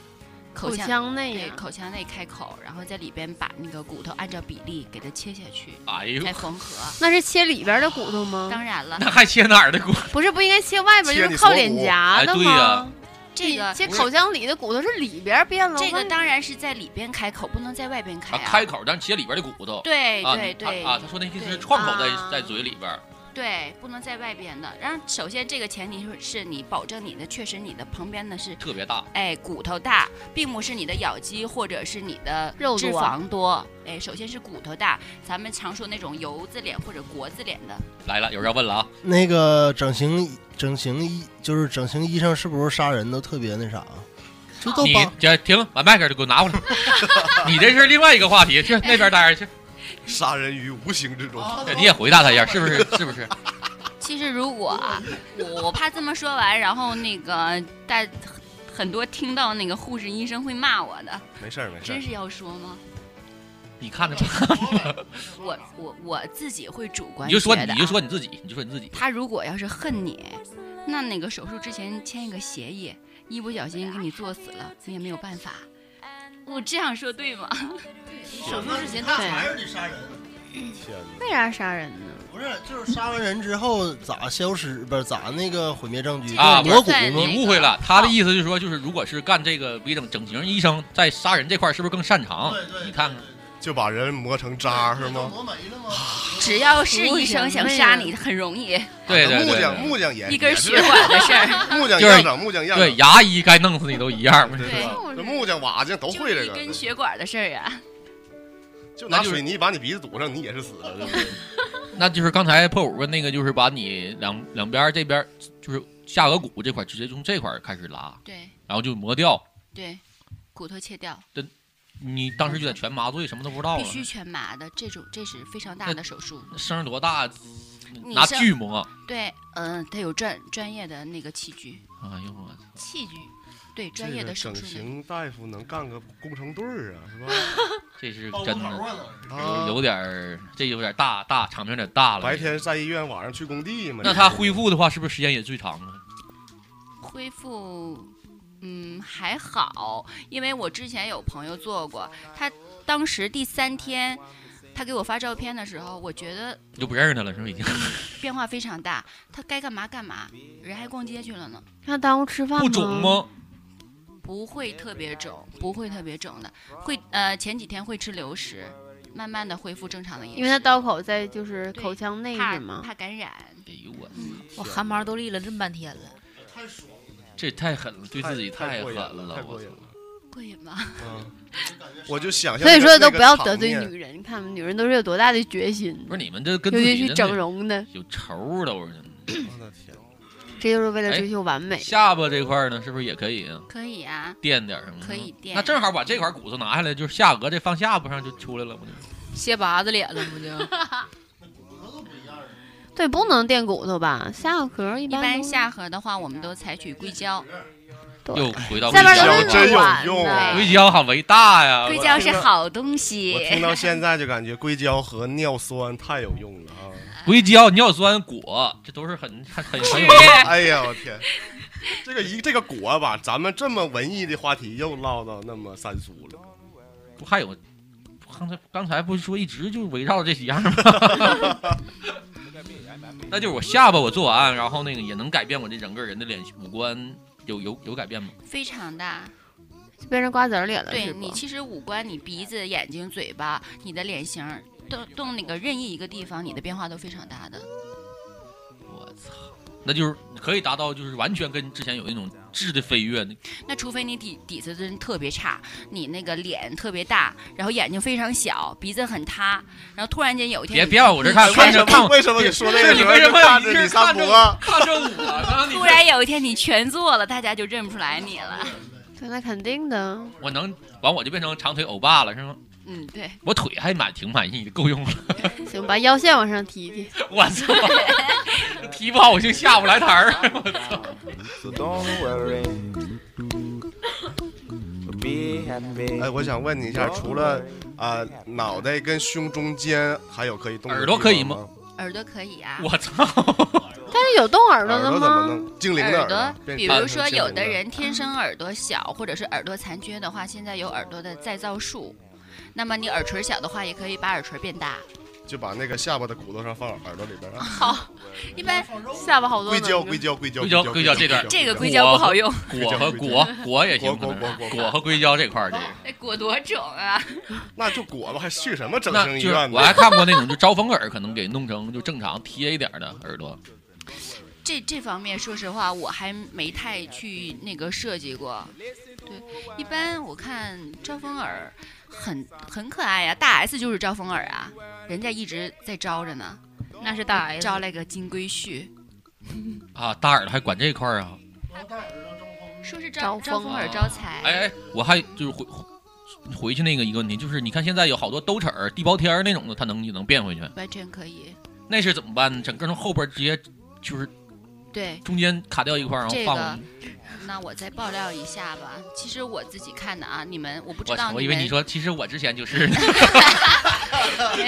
Speaker 8: 口
Speaker 5: 口
Speaker 8: 腔
Speaker 5: 腔内
Speaker 8: 对
Speaker 5: 呀，
Speaker 8: 口腔内啊开口，然后在里边把那个骨头按照比例给它切下去，
Speaker 7: 哎呦
Speaker 8: 再，缝合。
Speaker 5: 那是切里边的骨头吗？
Speaker 8: 当然了，
Speaker 7: 那还切哪儿的
Speaker 8: 哎
Speaker 7: 骨？
Speaker 5: 不是，不应该切外边，
Speaker 2: 切
Speaker 5: 就
Speaker 2: 你
Speaker 5: 是靠
Speaker 2: 锁骨
Speaker 5: 脸颊的
Speaker 7: 哎对
Speaker 5: 吗
Speaker 7: 呀？
Speaker 8: 这个
Speaker 5: 你切口腔里的骨头是里边变了。
Speaker 8: 这个
Speaker 5: 我
Speaker 8: 当然是在里边开口，不能在外边开
Speaker 7: 啊，
Speaker 8: 啊。
Speaker 7: 开口，但切里边的骨头。
Speaker 8: 对
Speaker 7: 啊
Speaker 8: 对对
Speaker 7: 啊啊！他说那意思是
Speaker 8: 对
Speaker 7: 创口在
Speaker 5: 啊
Speaker 7: 在嘴里边儿，
Speaker 8: 对，不能在外边的。然后首先这个前提是是你保证你的确实你的旁边的是
Speaker 7: 特别大。
Speaker 8: 哎骨头大，并不是你的咬肌或者是你的
Speaker 5: 肉
Speaker 8: 脂
Speaker 5: 多啊
Speaker 8: 肪多。哎，首先是骨头大，咱们常说那种油子脸或者国字脸的，
Speaker 7: 来了，有人要问了啊，
Speaker 9: 那个整形整形医就是整形医生是不是杀人都特别那啥啊？就都
Speaker 7: 你
Speaker 9: 帮
Speaker 7: 这停，把麦克给我拿 过来。你这是另外一个话题，去那边待着去。
Speaker 2: 杀人于无形之中。
Speaker 8: 哦
Speaker 7: 哎你也回答他一下，是不是？是不是？
Speaker 8: 其实如果啊，我我怕这么说完，然后那个大很多听到那个护士医生会骂我的，
Speaker 2: 没事儿没事
Speaker 8: 真
Speaker 2: 儿，
Speaker 8: 是要说吗？
Speaker 7: 你看着吧，
Speaker 8: 我我我自己会主观
Speaker 7: 你就说
Speaker 8: 觉
Speaker 7: 你
Speaker 8: 得
Speaker 7: 就
Speaker 8: 啊
Speaker 7: 说你自己，你就说你自己。
Speaker 8: 他如果要是恨你，那那个手术之前签一个协议，一不小心给你作死了，你也没有办法。我这样说对吗？
Speaker 5: 手术之前都这样
Speaker 9: 是得杀人，
Speaker 2: 天哪！
Speaker 5: 为啥杀人呢？
Speaker 9: 不是就是杀完人之后咋消失？不是咋那个毁灭证据？
Speaker 7: 啊
Speaker 9: 就是蘑
Speaker 8: 不
Speaker 9: 菇
Speaker 8: 是
Speaker 9: 吗？
Speaker 7: 你误会了，他
Speaker 8: 啊
Speaker 7: 的意思就是说，就是如果是干这个微整整形医生，在杀人这块儿是不是更擅长？你看看，
Speaker 2: 就把人磨成
Speaker 9: 啊
Speaker 2: 渣儿是吗？
Speaker 8: 只要是医生想杀你，很容易，
Speaker 7: 对对
Speaker 2: 啊木
Speaker 7: 对
Speaker 2: 匠
Speaker 7: 对，
Speaker 2: 木匠也
Speaker 8: 一根
Speaker 2: 也是
Speaker 8: 血管的事儿。
Speaker 2: 木匠
Speaker 7: 就是
Speaker 2: 样长木匠样
Speaker 7: 对
Speaker 2: 长，
Speaker 7: 牙医该弄死你都一样
Speaker 2: 对
Speaker 8: 对
Speaker 2: 吧？这木匠瓦匠 都
Speaker 8: 就
Speaker 2: 会这
Speaker 8: 一
Speaker 2: 个，
Speaker 8: 根
Speaker 2: 对
Speaker 8: 血管的事儿啊，
Speaker 2: 就拿
Speaker 7: 那就是
Speaker 2: 水泥把你鼻子堵上，你也是死了，对不对？
Speaker 7: 那就是刚才破五问那个，就是把你两两边儿这边儿就是下颌骨这块儿直接从这块儿开始拉，
Speaker 8: 对
Speaker 7: 然后就磨掉。
Speaker 8: 对，骨头切掉，
Speaker 7: 你当时就得全麻醉，什么都不知道
Speaker 8: 必
Speaker 7: 了。
Speaker 8: 须全麻的，这种这是非常大的手术。
Speaker 7: 声儿多大？
Speaker 8: 你
Speaker 7: 拿
Speaker 8: 是
Speaker 7: 锯磨。
Speaker 8: 对，嗯，他有专专业的那个器具，
Speaker 7: 哎呦我操！
Speaker 8: 器具，对，
Speaker 2: 这
Speaker 8: 专业
Speaker 2: 个
Speaker 8: 的手
Speaker 2: 整
Speaker 8: 术那个。
Speaker 2: 形大夫能干个工程队儿啊，是吧？
Speaker 7: 这是真
Speaker 2: 哦
Speaker 7: 的，有
Speaker 2: 啊，
Speaker 7: 有点儿，这有点大大场面，有点大了。
Speaker 2: 白天在医院，晚上去工地嘛。
Speaker 7: 那他恢复的话，是不是时间也最长啊？
Speaker 8: 恢复，嗯，还好，因为我之前有朋友做过，他当时第三天，他给我发照片的时候，我觉得
Speaker 7: 你就不认识他了，是不是已经？
Speaker 8: 变化非常大，他该干嘛干嘛，人还逛街去了呢，
Speaker 5: 那耽误吃饭
Speaker 7: 不肿？吗？
Speaker 8: 不会特别肿，不会特别肿的，会呃前几天会吃流食，慢慢的恢复正常的饮食，
Speaker 5: 因为他刀口在就是
Speaker 8: 对
Speaker 5: 口腔内
Speaker 8: 怕
Speaker 5: 是吗？
Speaker 8: 怕感染，
Speaker 7: 哎呦我，
Speaker 10: 我汗毛都立了这么半天了，
Speaker 7: 这太狠了，对
Speaker 2: 太
Speaker 7: 自己
Speaker 2: 太过
Speaker 7: 狠
Speaker 2: 瘾了，太
Speaker 7: 我
Speaker 2: 过瘾
Speaker 7: 操！
Speaker 2: 了。
Speaker 8: 过瘾吗？
Speaker 2: 嗯，我就想象
Speaker 5: 所以
Speaker 2: 那个
Speaker 5: 说都
Speaker 2: 那个
Speaker 5: 不要
Speaker 2: 场
Speaker 5: 得罪
Speaker 2: 面
Speaker 5: 女人，看吧女人都是有多大的决心，
Speaker 7: 不是你们这跟
Speaker 5: 尤
Speaker 7: 自
Speaker 5: 其
Speaker 7: 己
Speaker 5: 去
Speaker 7: 真的
Speaker 5: 整容的，
Speaker 7: 有仇都是。
Speaker 2: 我的天，
Speaker 5: 这就是为了
Speaker 7: 哎
Speaker 5: 追求完美。
Speaker 7: 下巴这块儿呢，是不是也可以啊？
Speaker 8: 可以啊，
Speaker 7: 垫点儿什么的？
Speaker 8: 可以垫
Speaker 7: 那正好把这块骨头拿下来，就是下颚这放下巴上就出来了，不就？
Speaker 10: 蟹拔子脸了不就？
Speaker 5: 对，不能垫骨头吧？下颌壳一
Speaker 8: 一
Speaker 5: 般
Speaker 8: 般
Speaker 5: 都
Speaker 8: 下颌的话，我们都采取硅胶，
Speaker 7: 又
Speaker 5: 对，哎
Speaker 7: 回到
Speaker 5: 下边
Speaker 7: 硅胶
Speaker 5: 都
Speaker 2: 有真
Speaker 5: 是
Speaker 2: 有
Speaker 5: 软
Speaker 2: 用
Speaker 5: 的。
Speaker 7: 硅胶好伟大
Speaker 2: 啊
Speaker 7: 呀！
Speaker 8: 硅胶是好东西
Speaker 2: 我。 听到现在就感觉硅胶和尿酸太有用了啊！
Speaker 7: 硅胶、尿酸、果，这都是很很很很有
Speaker 2: 哎呀，我天，这个一这个果吧，咱们这么文艺的话题又唠到那么三俗了。
Speaker 7: 不还有刚才刚才不是说一直就围绕着这几 样吗？ 那就是我下巴我做完，然后那个也能改变我这整个人的脸五官有有有改变吗？
Speaker 8: 非常大，
Speaker 5: 就变成瓜子儿脸了，
Speaker 8: 对
Speaker 5: 是不
Speaker 8: 你其实五官，你鼻子、眼睛、嘴巴，你的脸型，动动那个任意一个地方，你的变化都非常大的。
Speaker 7: 我操，那就是可以达到就是完全跟之前有一种质的飞跃。
Speaker 8: 那除非你底底子真特别差，你那个脸特别大，然后眼睛非常小，鼻子很塌，然后突然间有一天
Speaker 7: 别
Speaker 8: 你
Speaker 7: 别往我这
Speaker 8: 你
Speaker 7: 看，
Speaker 2: 为
Speaker 7: 看
Speaker 2: 什
Speaker 7: 着
Speaker 2: 么
Speaker 7: 看
Speaker 2: 为什么你说这
Speaker 7: 是
Speaker 2: 个
Speaker 7: 你
Speaker 2: 时候
Speaker 7: 为什
Speaker 2: 就
Speaker 7: 么
Speaker 2: 看
Speaker 7: 要一
Speaker 2: 着
Speaker 7: 直
Speaker 2: 你三
Speaker 7: 看
Speaker 2: 伯
Speaker 7: 着？我
Speaker 2: 啊
Speaker 7: 看着我呢？
Speaker 8: 突
Speaker 7: 你
Speaker 8: 然有一天你全做了，大家就认不出来你了。
Speaker 5: 是对，那肯定的。
Speaker 7: 我能完我就变成长腿欧巴了是吗？
Speaker 8: 嗯，对，
Speaker 7: 我腿还满挺满意的，够用了。
Speaker 5: 行，把腰线往上提提。
Speaker 7: 我 操，踢不好我就下不来台儿。
Speaker 3: So don't worry. Be happy.
Speaker 2: 哎，我想问你一下，除了啊、呃脑袋跟胸中间，还有可以动的
Speaker 7: 耳朵可以
Speaker 2: 地方
Speaker 7: 吗
Speaker 2: 吗？
Speaker 8: 耳朵可以啊。
Speaker 7: 我操！
Speaker 5: 但是有动耳朵
Speaker 2: 耳
Speaker 5: 的
Speaker 2: 朵怎么
Speaker 5: 吗？
Speaker 2: 弄？精灵的
Speaker 8: 耳
Speaker 2: 朵啊
Speaker 8: 朵，，
Speaker 2: 变
Speaker 8: 比
Speaker 2: 成
Speaker 8: 如说
Speaker 2: 精灵
Speaker 8: 有的人天生耳朵小，或者是耳朵残缺的话，现在有耳朵的再造术。那么你耳垂小的话，也可以把耳垂变大。
Speaker 2: 就把那个下巴的骨头上放耳朵里边啊，
Speaker 8: 好，一般
Speaker 5: 下巴好多
Speaker 2: 硅
Speaker 5: 能
Speaker 2: 胶
Speaker 5: 力
Speaker 2: 硅胶硅胶
Speaker 7: 硅胶
Speaker 2: 硅
Speaker 7: 硅胶这段
Speaker 8: 这个硅
Speaker 7: 硅
Speaker 8: 胶
Speaker 7: 胶不
Speaker 8: 不好
Speaker 7: 好
Speaker 8: 用，
Speaker 7: 果和果果也行，可
Speaker 2: 果果
Speaker 7: 能
Speaker 2: 果果
Speaker 7: 果和硅胶这块儿，这个
Speaker 8: 那果多种啊。
Speaker 2: 那就裹吧，还去什么整
Speaker 7: 那
Speaker 2: 形医
Speaker 7: 就是
Speaker 2: 院
Speaker 7: 我
Speaker 2: 呢？
Speaker 7: 还看过那种就招风耳，可能给弄成就正常贴一点儿的耳朵，
Speaker 8: 这这方面，说实话，我还没太去那个设计过。对，一般我看招风耳很很可爱呀、大 S 就是招风耳啊，人家一直在招着呢，
Speaker 10: 那是大 S，
Speaker 8: 招来个金龟婿。
Speaker 7: 啊，大耳朵还管这块儿啊！
Speaker 8: 说是
Speaker 5: 招
Speaker 8: 招招
Speaker 5: 风
Speaker 8: 风耳招财，
Speaker 7: 哎哎，我还就是回回去那个一个问题，就是你看现在有好多兜齿儿、地包天儿那种的，它能能变回去，
Speaker 8: 完全可以。
Speaker 7: 那是怎么办呢？整个从后边儿直接就是
Speaker 8: 对，
Speaker 7: 中间卡掉一块儿，然后
Speaker 8: 这
Speaker 7: 放
Speaker 8: 个
Speaker 7: 回去。
Speaker 8: 那我再爆料一下吧。其实我自己看的啊，你们我不知
Speaker 7: 我
Speaker 8: 道
Speaker 7: 操！
Speaker 8: 你们
Speaker 7: 我以为你说，其实我之前 就是，
Speaker 8: 没 有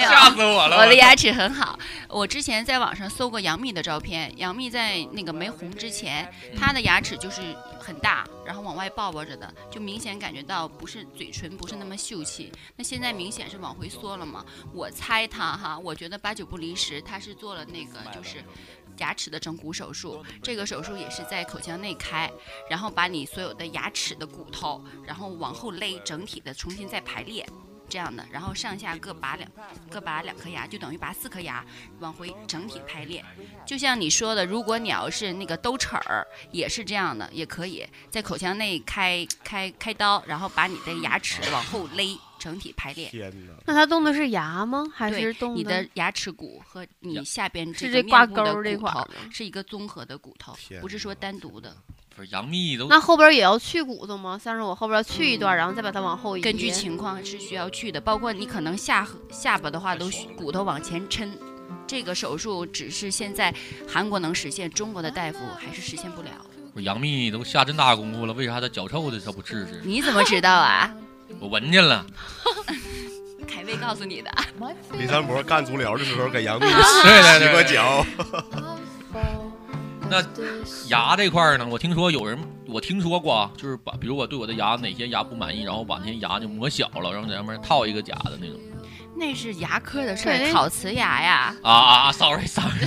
Speaker 7: 吓死我了！
Speaker 8: 我的牙齿很好。我之前在网上搜过杨幂的照片，杨幂在那个没红之前，
Speaker 7: 嗯
Speaker 8: 她的牙齿就是很大，然后往外抱抱着的，就明显感觉到不是嘴唇不是那么秀气。那现在明显是往回缩了嘛。我猜她哈，我觉得八九不离十，她是做了那个就是。牙齿的整骨手术，这个手术也是在口腔内开，然后把你所有的牙齿的骨头，然后往后勒，整体的重新再排列，这样的，然后上下各拔两各拔两颗牙，就等于拔四颗牙，往
Speaker 2: 哦
Speaker 8: 回整体排列。就像你说的，如果你要是那个兜齿儿，也是这样的，也可以在口腔内开开开刀，然后把你的牙齿往后勒，整体排列。
Speaker 2: 天哪！
Speaker 5: 那它动的是牙吗？还
Speaker 8: 对
Speaker 5: 是动
Speaker 8: 你的牙齿骨和你下边
Speaker 5: 哦是
Speaker 8: 个
Speaker 5: 这挂
Speaker 8: 面部
Speaker 5: 钩
Speaker 8: 的
Speaker 5: 儿这
Speaker 8: 骨
Speaker 5: 块儿
Speaker 8: 头
Speaker 5: 吗？
Speaker 8: 是一个综合的骨头，
Speaker 2: 天
Speaker 8: 不是
Speaker 2: 哪
Speaker 8: 说单独的。
Speaker 7: 不是杨幂都
Speaker 5: 那后边也要去骨头吗？像是我后边去一段，然后再把它往后移。
Speaker 8: 根据情况是需要去的，包括你可能下颌下巴的话都需骨头往前抻，这个手术只是现在韩国能实现，中国的大夫还是实现不了。
Speaker 7: 不是杨幂都下这么大功夫了，为啥她脚臭的她不治治？
Speaker 8: 你怎么知道啊？
Speaker 7: 我闻见了，
Speaker 8: 凯威告诉你的。
Speaker 2: 李三伯干足疗的时候给杨幂
Speaker 7: 对对对
Speaker 2: 洗 过脚，
Speaker 7: 那牙这块儿呢，我听说有人，我听说过，啊，就是把，比如我对我的牙哪些牙不满意，然后把那些牙就磨小了，然后在上面套一个假的那种。
Speaker 8: 那是牙科的事
Speaker 5: 对
Speaker 8: 儿，
Speaker 5: 那
Speaker 8: 烤瓷牙呀，
Speaker 7: 啊啊啊！Sorry Sorry，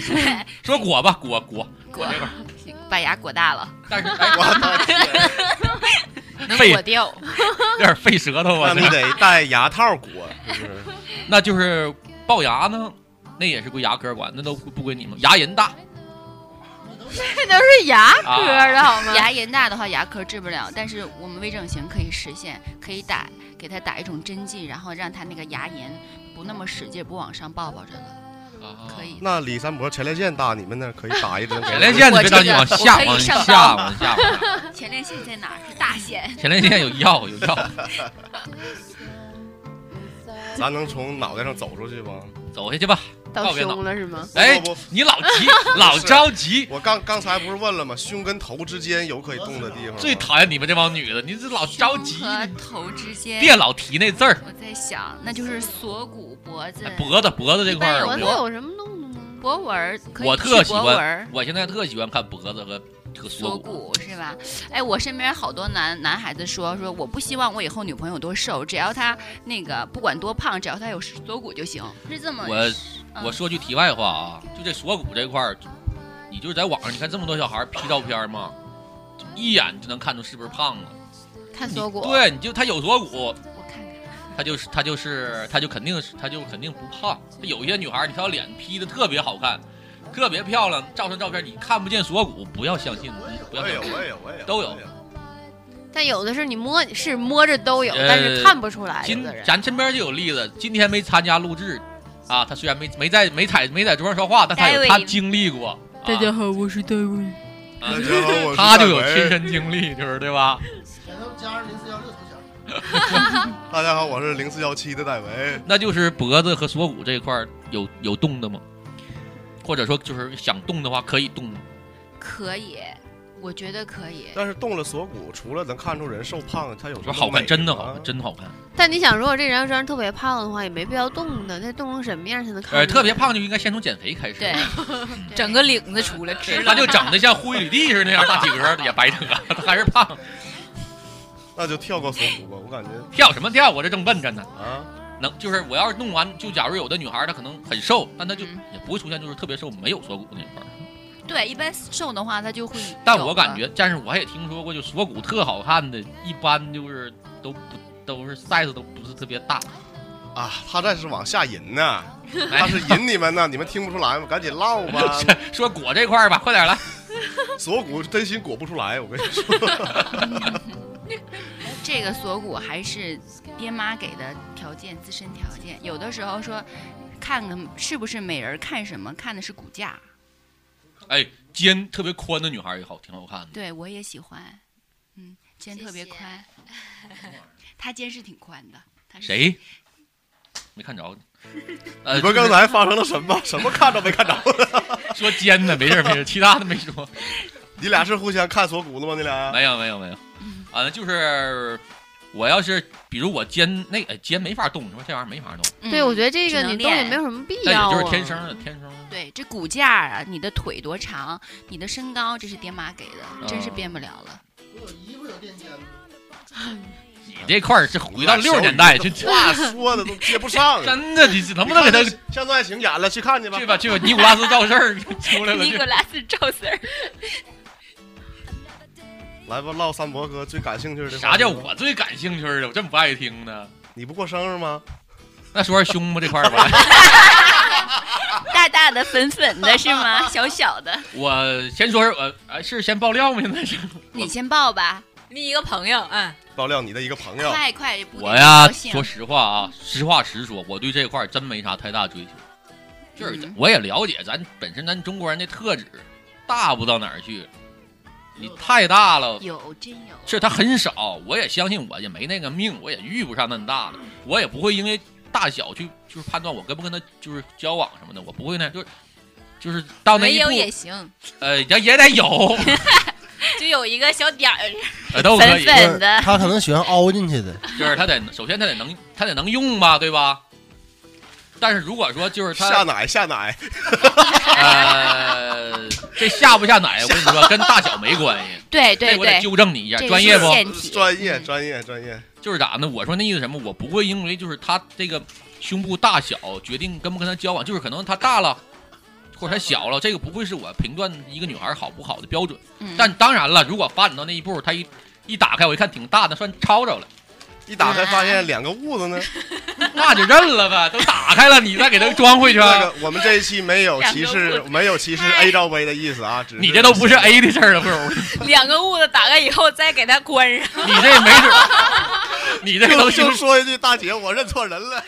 Speaker 7: 说果吧，果果
Speaker 8: 裹
Speaker 7: 这块儿，
Speaker 8: 把牙裹大了，
Speaker 7: 但是哎，
Speaker 2: 我的天，
Speaker 8: 能
Speaker 7: 废
Speaker 8: 裹掉。
Speaker 7: 有点费舌头啊
Speaker 2: 那。你得戴牙套裹，就是
Speaker 7: 那就是龅牙呢，那也是归牙科管，那都不归你们。牙龈大，
Speaker 5: 这都是牙
Speaker 7: 啊
Speaker 5: 科的好吗？
Speaker 8: 牙龈大的话，牙科治不了，但是我们微整形可以实现，可以打给他打一种针剂，然后让他那个牙龈不那么使劲，不往上抱抱着了，可以。
Speaker 2: 那李三伯前列腺大，你们那儿可以打一针给我。
Speaker 7: 前列腺你别着急，往下
Speaker 8: 我可以
Speaker 7: 往
Speaker 8: 上
Speaker 7: 下
Speaker 8: 刀
Speaker 7: 往下，往下
Speaker 8: 前列腺在哪儿？是大 腺。
Speaker 7: 前列腺有药有药，
Speaker 2: 咱能从脑袋上走出去吗？
Speaker 7: 走下去吧。
Speaker 5: 到
Speaker 7: 到别
Speaker 5: 胸了是吗？
Speaker 7: 哎
Speaker 2: 不不不，
Speaker 7: 你老急，老着急，
Speaker 2: 我刚刚才不是问了吗？胸跟头之间有可以动的地方吗。
Speaker 7: 最讨厌你们这帮女的，你这老着急，
Speaker 8: 和头之间。
Speaker 7: 别老提那字儿，
Speaker 8: 我在想，那就是锁骨、脖子、
Speaker 7: 脖子脖子这块儿
Speaker 8: 一般
Speaker 5: 脖
Speaker 7: 我
Speaker 5: 子
Speaker 8: 有
Speaker 5: 有什么弄的吗？
Speaker 8: 博文儿，可以
Speaker 7: 我特
Speaker 8: 去
Speaker 7: 喜
Speaker 8: 博文儿
Speaker 7: 欢，我现在特喜欢看脖子和和
Speaker 8: 锁
Speaker 7: 锁骨。
Speaker 8: 骨是吧？哎，我身边好多男男孩子说说，我不希望我以后女朋友多瘦，只要她那个不管多胖，只要她有锁骨就行，是这么。
Speaker 7: 我
Speaker 8: 嗯
Speaker 7: 我说句题外话啊，就这锁骨这块儿，你就是在网上你看这么多小孩儿 P 照片嘛，就一眼就能看出是不是胖子。
Speaker 5: 看
Speaker 7: 你
Speaker 5: 锁骨，
Speaker 7: 对，你就他有锁骨，
Speaker 8: 我看看，
Speaker 7: 他就是他就是他就肯定是他就肯定不胖。有一些女孩儿，你看她脸 P 的特别好看，特别漂亮，照成照片你看不见锁骨，不要相信，你不要
Speaker 2: 我也有，
Speaker 7: 相信。
Speaker 2: 我也有，我也有，
Speaker 7: 都有嗯
Speaker 2: 我也
Speaker 5: 但有的是你摸是摸着都有，
Speaker 7: 呃
Speaker 5: 但是看不出来。啊有
Speaker 7: 今
Speaker 5: 的人
Speaker 7: 咱身边就有例子，今天没参加录制，啊，他虽然没没在没在没在桌上说话，但他有
Speaker 8: David
Speaker 7: 他经历过。啊
Speaker 5: 好，我是戴维。
Speaker 7: 啊
Speaker 2: 大家好我是
Speaker 7: 他就有
Speaker 2: 戴维
Speaker 7: 亲身经历，就是对吧？
Speaker 9: 加上零四幺六头像。
Speaker 2: 大家好，我是零四幺七的戴维。
Speaker 7: 那就是脖子和锁骨这一块儿有有动的吗？或者说就是想动的话可以动吗？
Speaker 8: 可以，我觉得可以。
Speaker 2: 但是动了锁骨，除了能看出人瘦胖，它有
Speaker 7: 我
Speaker 2: 什
Speaker 7: 说
Speaker 2: 么
Speaker 7: 好看，
Speaker 2: 美啊
Speaker 7: 真的
Speaker 2: 吗
Speaker 7: 好看，真好看。
Speaker 5: 但你想，如果这人要是特别胖的话，也没必要动的，他动成什么样才能看出来？
Speaker 7: 呃，特别胖就应该先从减肥开始。
Speaker 8: 对，
Speaker 10: 整个领子出来，
Speaker 7: 对，他就长得像呼一缕地似的那样大体格儿，也白扯，他还是胖。
Speaker 2: 那就跳过锁骨吧。我感觉
Speaker 7: 跳什么跳？我这正笨着呢。
Speaker 2: 啊，
Speaker 7: 能就是我要是弄完，就假如有的女孩儿她可能很瘦，但她就
Speaker 8: 嗯
Speaker 7: 也不会出现就是特别瘦没有锁骨那块儿。
Speaker 8: 对，一般瘦的话，她就会有个。啊
Speaker 7: 但我感觉，但是我也听说过，就锁骨特好看的，一般就是都不都是 size 都不是特别大。
Speaker 2: 啊，他这是往下引呢，他
Speaker 7: 哎
Speaker 2: 是引你们呢，你们听不出来吗？赶紧唠 吧。
Speaker 7: 说裹这块儿吧，快点儿来。
Speaker 2: 锁骨真心裹不出来，我跟你说。
Speaker 8: 这个锁骨还是爹妈给的条件，自身条件。有的时候说，看看是不是美人，看什么？看的是骨架。
Speaker 7: 哎，肩特别宽的女孩儿也好，挺好看的。
Speaker 8: 对我也喜欢，嗯，肩特别
Speaker 10: 谢谢
Speaker 8: 宽，她肩是挺宽的。她是？
Speaker 7: 谁？没看 着。呃，
Speaker 2: 你们刚才发生了 什么？什么看着没看着？
Speaker 7: 说肩呢，没事儿没事儿，其他的没说。
Speaker 2: 你俩是互相看锁骨了吗？你俩？
Speaker 7: 没有没有没有，
Speaker 8: 嗯
Speaker 7: 啊，就是我要是比如我肩那哎肩没法动，是吧？这玩意儿没法动，
Speaker 8: 嗯
Speaker 5: 对，我觉得这个
Speaker 8: 只能
Speaker 5: 你动也
Speaker 8: 练
Speaker 5: 没有什么必
Speaker 7: 但
Speaker 5: 要
Speaker 7: 也
Speaker 5: 啊。
Speaker 7: 就是天生的天生
Speaker 10: 嗯
Speaker 7: 的。
Speaker 8: 对这骨架啊，你的腿多长，你的身高，这是爹妈给的，真是
Speaker 7: 哦
Speaker 8: 变不了 了。
Speaker 9: 我衣服有垫肩，
Speaker 7: 你这块儿是回到六十年代，就
Speaker 2: 这话说的都接不上。
Speaker 7: 真的，你能不能给他
Speaker 2: 你看乡村爱情》演了？去看去吧
Speaker 7: 去。吧去吧？尼古拉斯赵四儿 出来了，
Speaker 8: 尼
Speaker 7: 就
Speaker 8: 古拉斯赵四儿，
Speaker 2: 来吧，唠三伯哥最感兴趣的话题吧。
Speaker 7: 啥叫我最感兴趣的？我这么不爱听呢？
Speaker 2: 你不过生日吗？
Speaker 7: 那说说胸吧这块儿 吧。
Speaker 8: 大大的、粉粉的 是吗？小小的，
Speaker 7: 我先说说，呃，哎是先爆料吗？现在是
Speaker 8: 你先抱吧，
Speaker 10: 你一个朋友，嗯，
Speaker 2: 爆料你的一个朋友，
Speaker 8: 快快，不
Speaker 7: 我
Speaker 8: 得
Speaker 7: 呀，
Speaker 8: 高兴
Speaker 7: 说实话啊，实话实说，我对这块儿真没啥太大追求，就是
Speaker 8: 嗯
Speaker 7: 我也了解咱本身咱中国人的特质，大不到哪儿去，你太大了。
Speaker 8: 有真有，
Speaker 7: 是它很少，我也相信我也没那个命，我也遇不上那么大的，我也不会因为大小去就是判断我跟不跟他就是交往什么的，我不会那就是就是到那
Speaker 10: 没
Speaker 7: 一
Speaker 10: 有
Speaker 7: 步，
Speaker 10: 也行，
Speaker 7: 呃，也也得 有，
Speaker 10: 就有一个小点儿，
Speaker 7: 呃，都可以，
Speaker 8: 粉粉的，
Speaker 9: 他可能喜欢凹进去的。
Speaker 7: 就是他得首先他得能他得能用吧，对吧？但是如果说就是他
Speaker 2: 下奶下奶，
Speaker 7: 呃，这下不下奶，我跟你说，跟大小没关系。
Speaker 8: 对 对
Speaker 7: 这我得
Speaker 8: 对，
Speaker 7: 纠正你一下，
Speaker 8: 这个
Speaker 7: 专业不
Speaker 8: 是？腺体，
Speaker 2: 专业
Speaker 8: 嗯
Speaker 2: 专业专业。
Speaker 7: 就是咋呢？我说那意思什么？我不会因为就是他这个胸部大小决定跟不跟他交往，就是可能他大了。或者他小了，这个不会是我评断一个女孩好不好的标准。
Speaker 8: 嗯
Speaker 7: 但当然了，如果发展到那一步，他一一打开，我一看挺大的，算抄着了，
Speaker 2: 一打开发现两个痦子呢。
Speaker 7: 那就认了呗。都打开了，你再给他装回去啊。
Speaker 2: 那个，我们这一期没有歧视，没有歧视 A 罩杯的意思啊，只
Speaker 7: 你这都不是 A 的事儿了，不是？
Speaker 10: 两个痦子打开以后再给它关上。
Speaker 7: 你这没准儿，你这
Speaker 2: 就
Speaker 7: 都
Speaker 2: 就是说一句大姐，我认错人了。